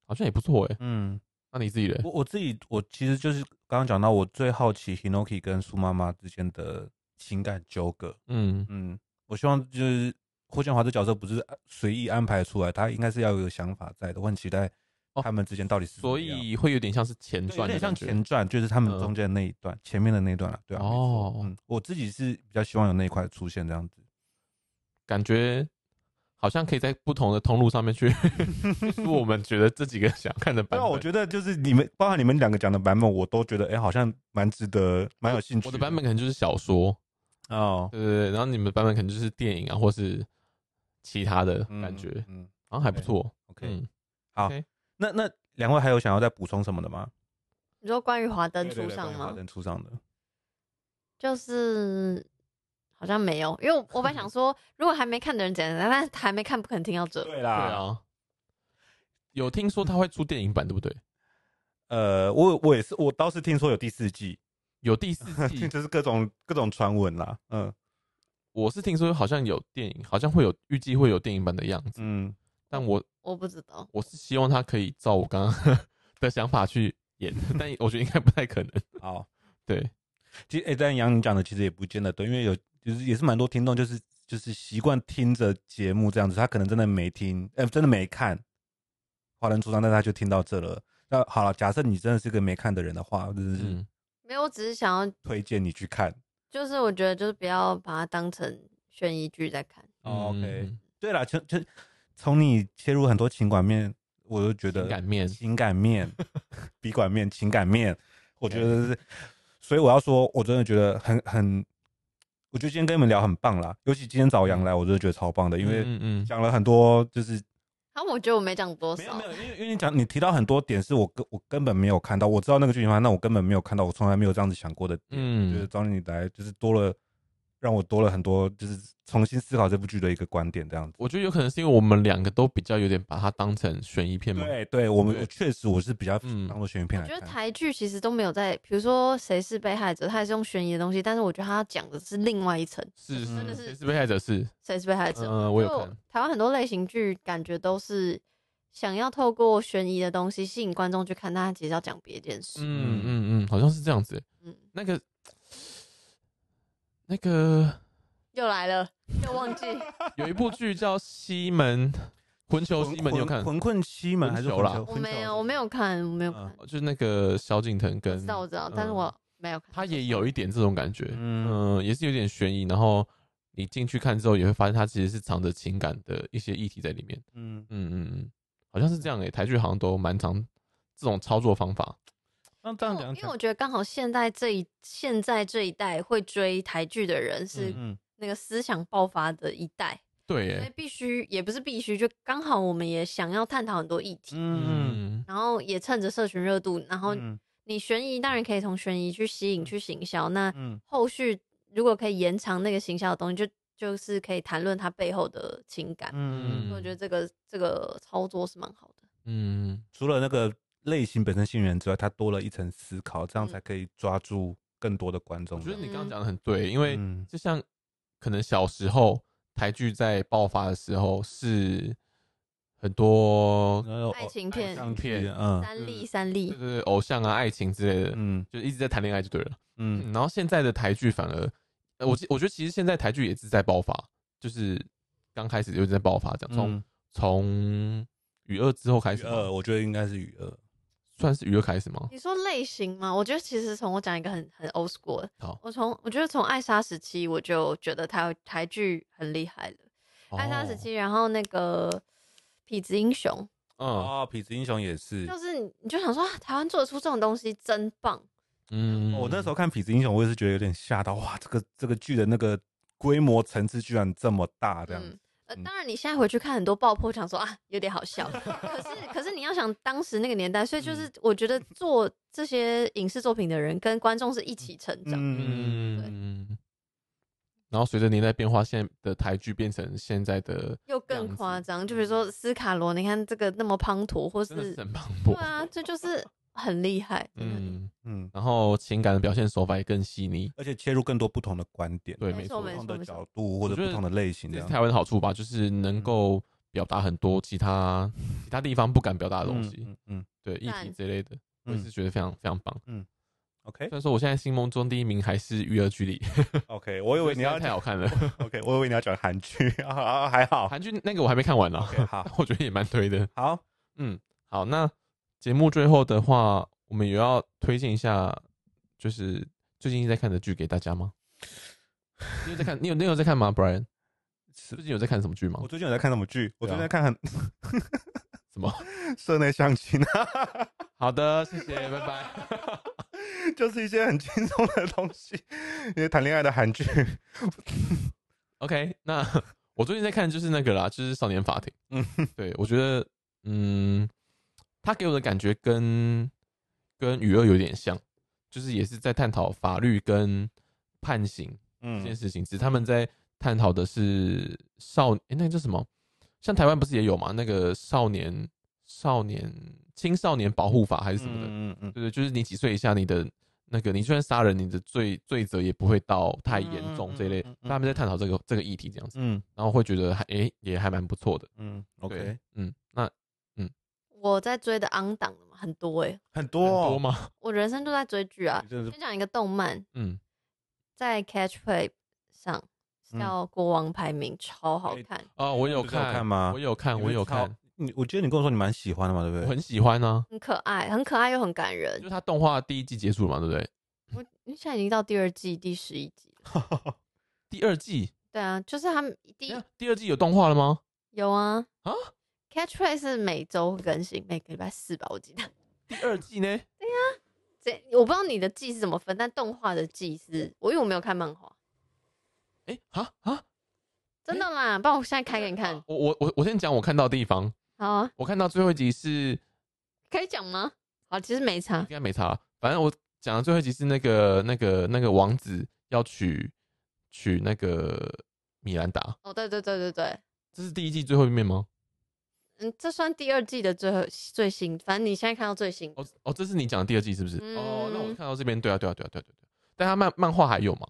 好像也不错哎。
嗯，
那你自己人
我我自己我其实就是刚刚讲到，我最好奇 Hinoki 跟苏妈妈之间的情感纠葛。
嗯，
嗯，我希望就是霍建华这角色不是随意安排出来，他应该是要有想法在的。我很期待
哦
他们之间到底是怎么
所
样
以会有点像是前
对有
传的
点像
感觉，
前传，就是他们
嗯
中间的那一段，前面的那一段了。对啊，没错
哦
嗯，我自己是比较希望有那一块出现这样子。
感觉好像可以在不同的通路上面 去去出我们觉得这几个想看的
对
版
啊，
本。
我觉得就是你们，包含你们两个讲的版本，我都觉得哎、好像蛮值得，蛮有兴趣。
我的版本可能就是小说，
哦，
对对对，然后你们的版本可能就是电影啊，或是其他的
嗯
感觉，
嗯
好像还不错。
，OK。
嗯，
好
，OK
那那两位还有想要再补充什么的吗？
你说关于华灯
对对
初
对
上
关于华
吗？
灯初上的，
就是好像没有，因为我我本来想说，如果还没看的人简单，但是还没看不可能听到这。
对
对
啦，
啊，有听说他会出电影版，对不对？
呃，我我也是，我倒是听说有第四季，
有第四 季，
就是各种各种传闻啦，嗯
我是听说好像有电影，好像会有预计会有电影版的样子，
嗯，
但我
我不知道，
我是希望他可以照我刚刚 的想法去演，但我觉得应该不太可能。
好，
对，
其实哎、但杨你讲的其实也不见得对，因为有就是也是蛮多听众就是就是习惯听着节目这样子，他可能真的没听，呃，真的没看《华人出场》，但是他就听到这了。那好了，假设你真的是个没看的人的话， 就是
嗯，
没有，我只是想要，
推荐你去看。
就是我觉得就是不要把它当成悬疑剧在看。
哦
嗯
OK
嗯
对啦，就就从你切入很多情感面，我就觉
情
得
感面，
情感面、 笔管面、情感面，我觉得是，所以我要说，我真的觉得很很，我觉得今天跟你们聊很棒啦，尤其今天找杨来，我真的觉得超棒的，因为
嗯嗯
讲了很多，就是
啊，我觉得我没讲多
没有
少
没，有，因为因为你讲你提到很多点是我根我根本没有看到，我知道那个剧情方案，那我根本没有看到，我从来没有这样子想过的点，
嗯
就是找你来，就是多了让我多了很多，就是重新思考这部剧的一个观点，这样子。
我觉得有可能是因为我们两个都比较有点把它当成悬疑片嘛。
对，对我
嗯
们
对
我确实我是比较
嗯
当做悬疑片
我
来
觉得
看。
台剧其实都没有在，比如说谁是被害者，它也是用悬疑的东西，但是我觉得它讲的是另外一层，
是
真的
是
是
谁是被害者是，
谁是被害者。
嗯，我有看
就，台湾很多类型剧，感觉都是想要透过悬疑的东西吸引观众去看，但它其实要讲别件事。
嗯嗯嗯，好像是这样子。
嗯，
那个那个
又来了，又忘 记
有一部剧叫《西门魂球西门》，你有看？
魂困西门》还是
魂球啦
我没有，我没。有看，我没有看
嗯，
就是那个萧敬腾
我
跟
知道我知道，但是
嗯
我没有看。
他也有一点这种感觉，
嗯
嗯、也是有点悬疑。然后你进去看之后，也会发现它其实是藏着情感的一些议题在里面。
嗯，
嗯嗯嗯，好像是这样诶、台剧好像都蛮常这种操作方法。
那这
因
样
为我
讲
因为
讲
我，觉得刚好现在这一现在这一代会追台剧的人是
嗯，
那个思想爆发的一代，
对、
所以
欸，
必须也不是必须，就刚好我们也想要探讨很多议题，
嗯，
然后也趁着社群热度，然后
嗯
你悬疑当然可以从悬疑去吸引去行销，那
嗯
后续如果可以延长那个行销的东西，就就是可以谈论它背后的情感。
嗯
所以
嗯
我觉得这个这个操作是蛮好的。
嗯，
除了那个类型本身性缘之外，它多了一层思考，这样才可以抓住更多的观众
我
的。
觉得你刚刚
嗯
讲的很对，因为
嗯
就像可能小时候台剧在爆发的时候是很
嗯
多
爱情片
爱上剧嗯
三立，三立
对，对对偶像啊、爱情之类的，
嗯
就一直在谈恋爱就对了。
嗯
嗯，然后现在的台剧反而，呃我其我觉得其实现在台剧也是在爆发，就是刚开始就在爆发这样，从
嗯，
从雨二之后开
鱼
始吗，
二，我觉得应该是鱼二。
算是雨二开始吗？
你说类型吗？我觉得其实从我讲一个很很 old school，的
好
我从我觉得从《爱莎》时期我就觉得台台剧很厉害了，爱莎》时期，然后那个《痞子英雄
哦，
啊，痞子英雄也是》，
就是你你就想说、啊、台湾做得出这种东西真棒，
嗯嗯，
哦我那时
候
候看《痞子英雄》，我也是觉得有点吓到，哇，这个这个剧的那个规模层次居然这么大，这样子
嗯。呃，
嗯
当然，你现在回去看很多爆破，想说啊，有点好笑。可是，可是你要想当时那个年代，所以就是我觉得做这些影视作品的人跟观众是一起成长。
嗯，
对
嗯，然后随着年代变化，现在的台剧变成现在的
又
样
更
子
夸张，就比如说斯卡罗，你看这个那么滂沱，或
真的
是
是很磅
对
礴，
啊，这就是很厉害。嗯，
嗯，
嗯，
然后情感的表现手法也更细腻，
而且切入更多不同的观点，
对，
没
没
错
错
不，同
没错
的角度或者
我觉得
不同的类型这
这是
样。
台湾的好处吧，就是能够表达很多其他其他地方不敢表达的东西，
嗯嗯嗯
对议
赞
题之类的。我
嗯
也是觉得非常非常棒。
OK
虽然说我现在心目中第一名还是《娱乐距离》，
OK，我以 为你要
太好看 了。
OK，我以为你要讲韩剧啊啊，还好。
韩剧那个我还没看完呢、
OK，好
我觉得也蛮推的。
好，
嗯，好，那节目最后的话，我们也要推荐一下，就是最近在看的剧给大家吗？你有在看？你有你有在看吗，Brian？
是
最近有在看什么剧吗
我？最近有在看什么剧？我最近在看很
啊什么？
社内相亲啊，
好的，谢谢，拜拜。
就是一些很轻松的东西，因为谈恋爱的韩剧。
OK，那 我最近在看就是那个啦，就是《少年法庭》。
嗯
对，我觉得，嗯，他给我的感觉跟跟《雨二》有点像，就是也是在探讨法律跟判刑这件
嗯
事情，只是他们在探讨的是少，诶、那个叫什么？像台湾不是也有嘛？那个少年少年青少年保护法还是什么的？
嗯嗯
对对，就是你几岁以下，你的那个你就算杀人，你的罪罪责也不会到太严重这一类。
嗯嗯嗯嗯嗯
他们在探讨这个这个议题这样子，
嗯
然后会觉得还诶、也还蛮不错的。
嗯
对
，OK，
嗯，那
我在追的昂档的嘛很多哎、
很
很
多
多
哦
吗？
我人生都在追剧啊
你。真的是
先讲一个动漫，
嗯，
在 Catchplay 上
嗯
叫《国王排名》，超好
哎
看。
哦，我有
你不是有
看，
看吗
我有看，
你
我
会
有
知道
看，
你我记得你跟我说你蛮喜欢的嘛，对不
我
对？呃
很喜欢呢、
很可爱，很可爱又很感人
就是。它动画第一季结束了嘛，对不对？
我现在已经到第二季第十一集了。
第二季，
对啊，就是他们第
等
一
一下第二季有动画了吗？
有啊
啊
，Catchplay 是每周会更新，每个礼拜四吧，我记得。
第二季呢？
这我不知道你的季是怎么分，但动画的季是，我因为我没有看漫画，
诶，啊啊！
真的啦，不然我现在开给你看。
我我我我先讲我看到的地方，
好啊，
我看到最后一集是
可以讲吗？好，其实没差
应。该没差。反正我讲的最后一集是那个那个那个王子要娶娶那个米兰达，
哦，对对对对对，
这是第一季最后一面吗？
嗯，这算第二季的最后最新，反正你现在看到最新。
哦哦，这是你讲的第二季是不是？
嗯
哦，那我看到这边，对啊对啊对啊对啊对啊对啊。但他漫漫画还有吗？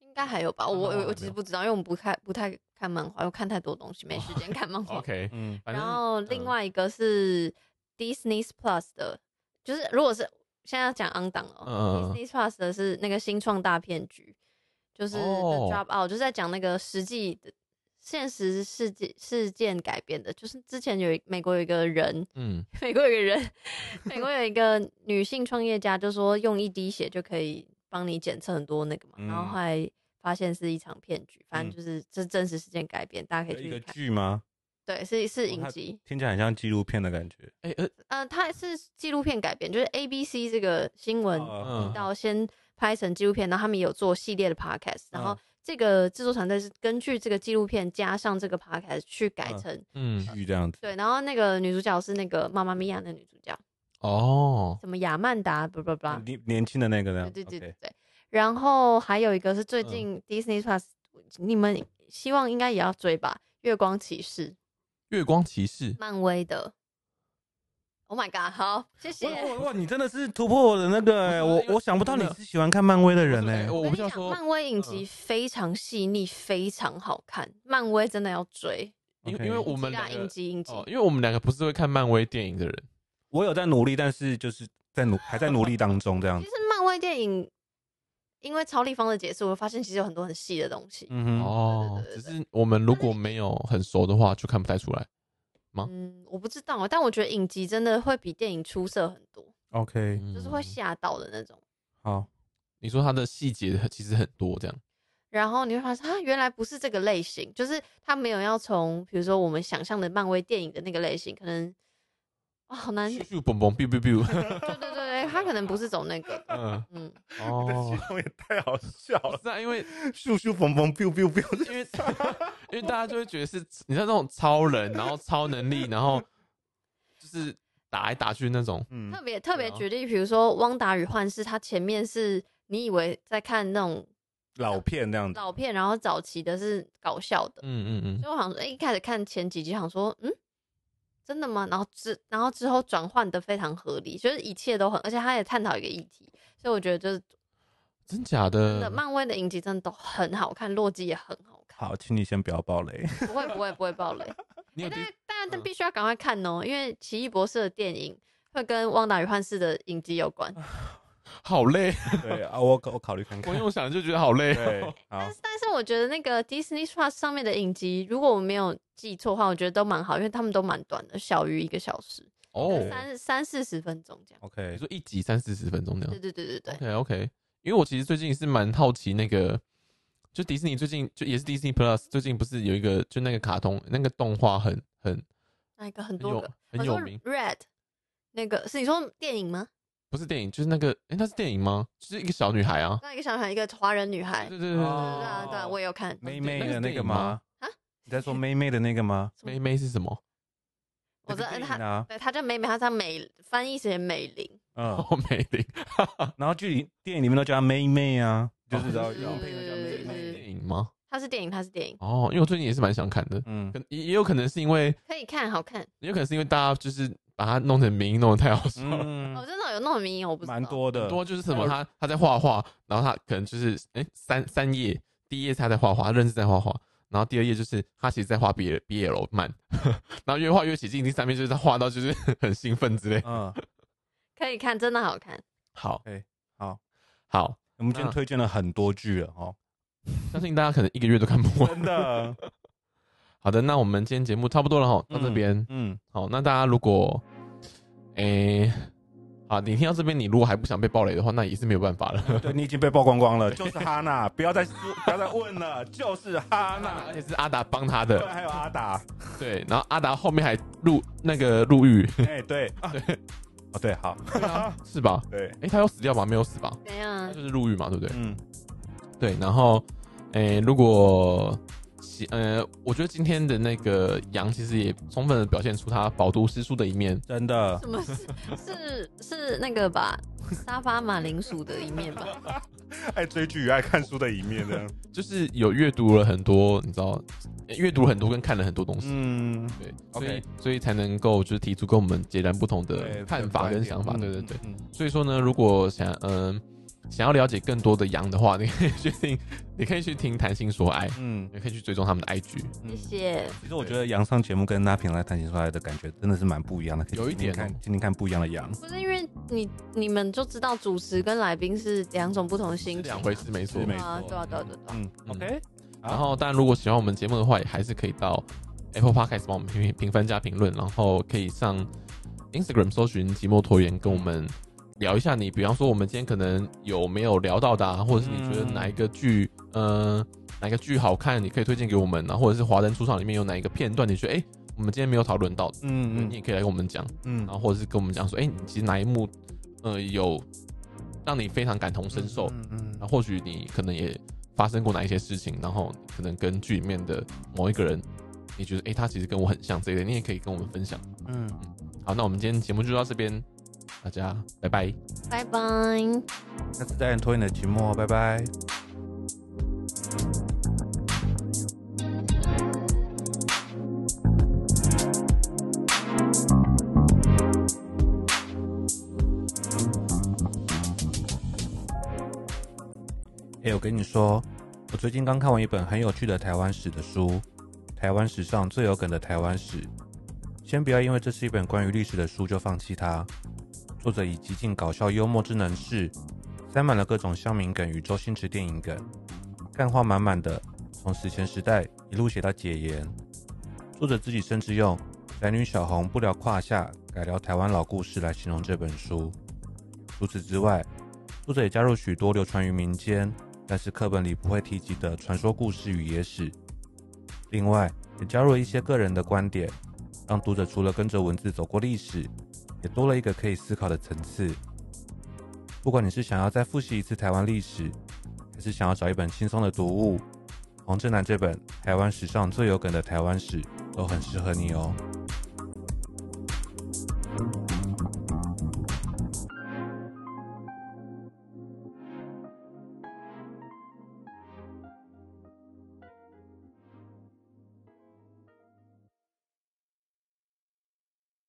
应该还有吧，我
漫画还
我
没
我
有
其实不知道，因为我们不看不太看漫画，我看太多东西，没时间看漫画。
OK，
嗯
反
然
正
后另外一个是 Disney Plus 的，就是如果是现在要讲 on 档哦、
嗯嗯嗯
d i s n e y Plus 的是那个新创大骗局，就是的
哦
Drop Out，、就是在讲那个实际的现实事件事件改编的，就是之前有一美国有一个人，
嗯
美国有一个人，美国有一个女性创业家，就说用一滴血就可以帮你检测很多那个嘛，
嗯
然后后来发现是一场骗局，反正
嗯
就是这是真实事件改编，大家可以
一个
去看。
剧吗？
对，是是
哦
影
它
集，
听起来很像纪录片的感觉。
哎呃
呃，它是纪录片改编，就是 ABC 这个新闻
嗯
频道先拍成纪录片，然后他们有做系列的 podcast，然后
嗯
这个制作团队是根据这个纪录片加上这个 podcast 去改
嗯
成。
嗯
剧这样子。
对，然后那个女主角是那个妈妈咪呀的女主角，
哦
什么亚曼达，不不不，
年哦年轻的那个呢？
对对对
OK
对对。然后还有一个是最
嗯
近 Disney Plus，、你们希望应该也要追吧，《月光骑士》，
月光骑士
漫威的。Oh my god！好，谢谢。
哇哇哇！你真的是突破我的那个欸，
不是因为
我我想不到你
真的
是喜欢看漫威的人
哎
呢。
我我
跟
不
你
是要
讲，
说，嗯
漫威影集非常细腻，非常好看。漫威真的要追，
因
OK
因为我们
对
两
啊，影
个
集影集。
哦，因为我们两个不是会看漫威电影的人，
我有在努力，但是就是在努还在 努力当中这样
其
子。
实漫威电影，因为超立方的解释，我发现其实有很多很细的东西。
嗯哼，
哦，
对
只
对对对
是我们如果没有很熟的话，就看不太出来。吗
嗯，我不知道，但我觉得影集真的会比电影出色很多，
OK，
就是会
嗯
吓到的那种。
好，
你说它的细节其实很多，这样
然后你会发现，啊，原来不是这个类型，就是他没有要从，比如说我们想象的漫威电影的那个类型，可能啊、好难，
咻
对
咻嘣嘣，biu biu biu，
对对对，他可能不是走那 个，
嗯，
嗯，
哦，
容也太好笑
不，是啊，因为
咻咻缝缝，biu biu biu，
因为 因为大家就会觉得是，你像那种超人，然后超能力，然后就是打来打去那种，
嗯
特别特别
对啊
举例，比如说《汪达与幻视》，它前面是你以为在看那种
老片这样子。
老片，然后早期的是搞笑的，
嗯嗯嗯，
所以我想说，哎、一开始看前几集想说，嗯，真的吗？然后之然后之后转换的非常合理，就是一切都很，而且他也探讨一个议题，所以我觉得就是
真假
真
的
的，？漫威的影集真的都很好看，洛基也很好看。
好，请你先不要爆 雷。
不 会不会不会爆雷，
你有
但
第
是但但
嗯
必须要赶快看哦，因为奇异博士的电影会跟《汪达与幻视》的影集有关。
好累。
对啊，我我考虑看
我
看。
用想就觉得好 累。
对，好
但是，但是我觉得那个 Disney Plus 上面的影集，如果我没有记错的话，我觉得都蛮好，因为他们都蛮短的，小于一个小时，
哦，
三三四十分钟这样。
你
，OK，
说一集三四十分钟这样
对。对对对对，
嗯 OK OK，因为我其实最近是蛮好奇那个，就迪士尼最近就也是 Disney Plus 最近不是有一个就那个卡通那个动画很很
那一个很
很
多
有
个
很有
多
名，
Red 那个是你说电影吗？
不是电影就是那个哎那是电影吗？就是一个小女孩啊，
那一个小孩，一个华人女孩，
对
对
对对对对，
哦
对啊对啊，我也有看。
妹妹
那
的那
是电
个
影吗
吗？
啊？
你在说妹妹的那个吗？
妹妹是什么？
我知道
那个电
她
影啊，
对，她叫美美，她叫美，翻译成美玲。
嗯，
哦， 美玲
然后剧里电影里面都叫她妹妹啊，就是知道
哦
有配合叫妹
是
妹，
电影吗？
她是电影，她是电影，
哦，因为我最近也是蛮想看的，
嗯
可，也也有可能是因为
可以看，好看。
也有可能是因为大家就是把它弄成名弄得太好 笑了。
哦，
嗯，
真的有那种迷影，我不知道。
蛮多的
很，多就是什么他他在画画，然后他可能就是哎、三三页，第一页是他在画画，他认识在画画，然后第二页就是他其实在画 B B L 漫， 然后越画越起劲，第三面就是他画到就是 很兴奋之类。
嗯，
可以看，真的好看。
好，
哎好，
好，
我们今
嗯
天推荐了很多剧了 哦，
相信大家可能一个月都看不 完。
真的，
好的，那我们今天节目差不多了哈，到
嗯
这边、
嗯，
好，那大家如果哎、好，你听到这边，你如果还不想被暴雷的话，那也是没有办法了。
对你已经被曝光光了，就是哈娜，不要再说，不要再问了，就是哈娜
而，且是阿达帮他
对，
的，
还有阿达，
对，然后阿达后面还入那个入狱，
哎，对，啊哦对，好，
是吧？
对，
哎、他有死掉吗？没有死吧？
怎
他
样？
就是入狱嘛，对不对？
嗯，
对，然后，诶、如果喜，呃，我觉得今天的那个羊其实也充分的表现出他饱读诗书的一面。
真的，
什么是是是那个吧？沙发马铃薯的一面吧？
爱追剧与爱看书的一面呢，
就是有阅读了很多，你知道，呃阅读了很多跟看了很多东西，
嗯，
对，所以
OK
所以才能够就是提出跟我们截然不同的
对
看法跟想法，对对对。，
嗯嗯嗯
所以说呢，如果想嗯、想要了解更多的羊的话，你可以去听，你可以去听谈心说爱，
嗯，
也可以去追踪他们的 IG。
谢谢。
其实我觉得杨上节目跟拉平来谈情说爱的感觉真的是蛮不一样的，可以
有一
听
点
听
哦
看听听看不一样的羊。
不是因为你你们就知道主持跟来宾是两种不同的心
是
情啊，
两回事，没错
是。没
啊，
错
对啊对啊对啊对啊。
嗯
嗯
，OK，好
然后，当然，如果喜欢我们节目的话，也还是可以到 Apple Podcast 帮我们评评分加评论，然后可以上 Instagram 搜寻“寂寞拖延”，跟我们聊一下你，比方说我们今天可能有没有聊到的、啊，或者是你觉得哪一个剧，
嗯
呃，哪一个剧好看，你可以推荐给我们，然后或者是《华灯初上》里面有哪一个片段，你觉得哎、诶我们今天没有讨论到的，
嗯
你也可以来跟我们讲，
嗯
然后或者是跟我们讲说，哎、你其实哪一幕，呃，有让你非常感同身受，
嗯嗯
那或许你可能也发生过哪一些事情，然后可能跟剧里面的某一个人，你觉得诶，他其实跟我很像这一类，你也可以跟我们分享。
嗯。
好，那我们今天节目就到这边，大家拜拜。
拜拜。
下次再拖你的节目哦，拜拜。哎、我跟你说，我最近刚看完一本很有趣的台湾史的书，《台湾史上最有梗的台湾史》。先不要因为这是一本关于历史的书就放弃它。作者以极尽搞笑幽默之能事，塞满了各种乡民梗与周星驰电影梗，干话满满的，从史前时代一路写到解严。作者自己甚至用“宅女小红不聊胯下，改聊台湾老故事”来形容这本书。除此之外，作者也加入许多流传于民间，但是课本里不会提及的传说故事与野史。另外，也加入了一些个人的观点，让读者除了跟着文字走过历史，也多了一个可以思考的层次。不管你是想要再复习一次台湾历史，还是想要找一本轻松的读物，黄正南这本《台湾史上最有梗的台湾史》都很适合你哦。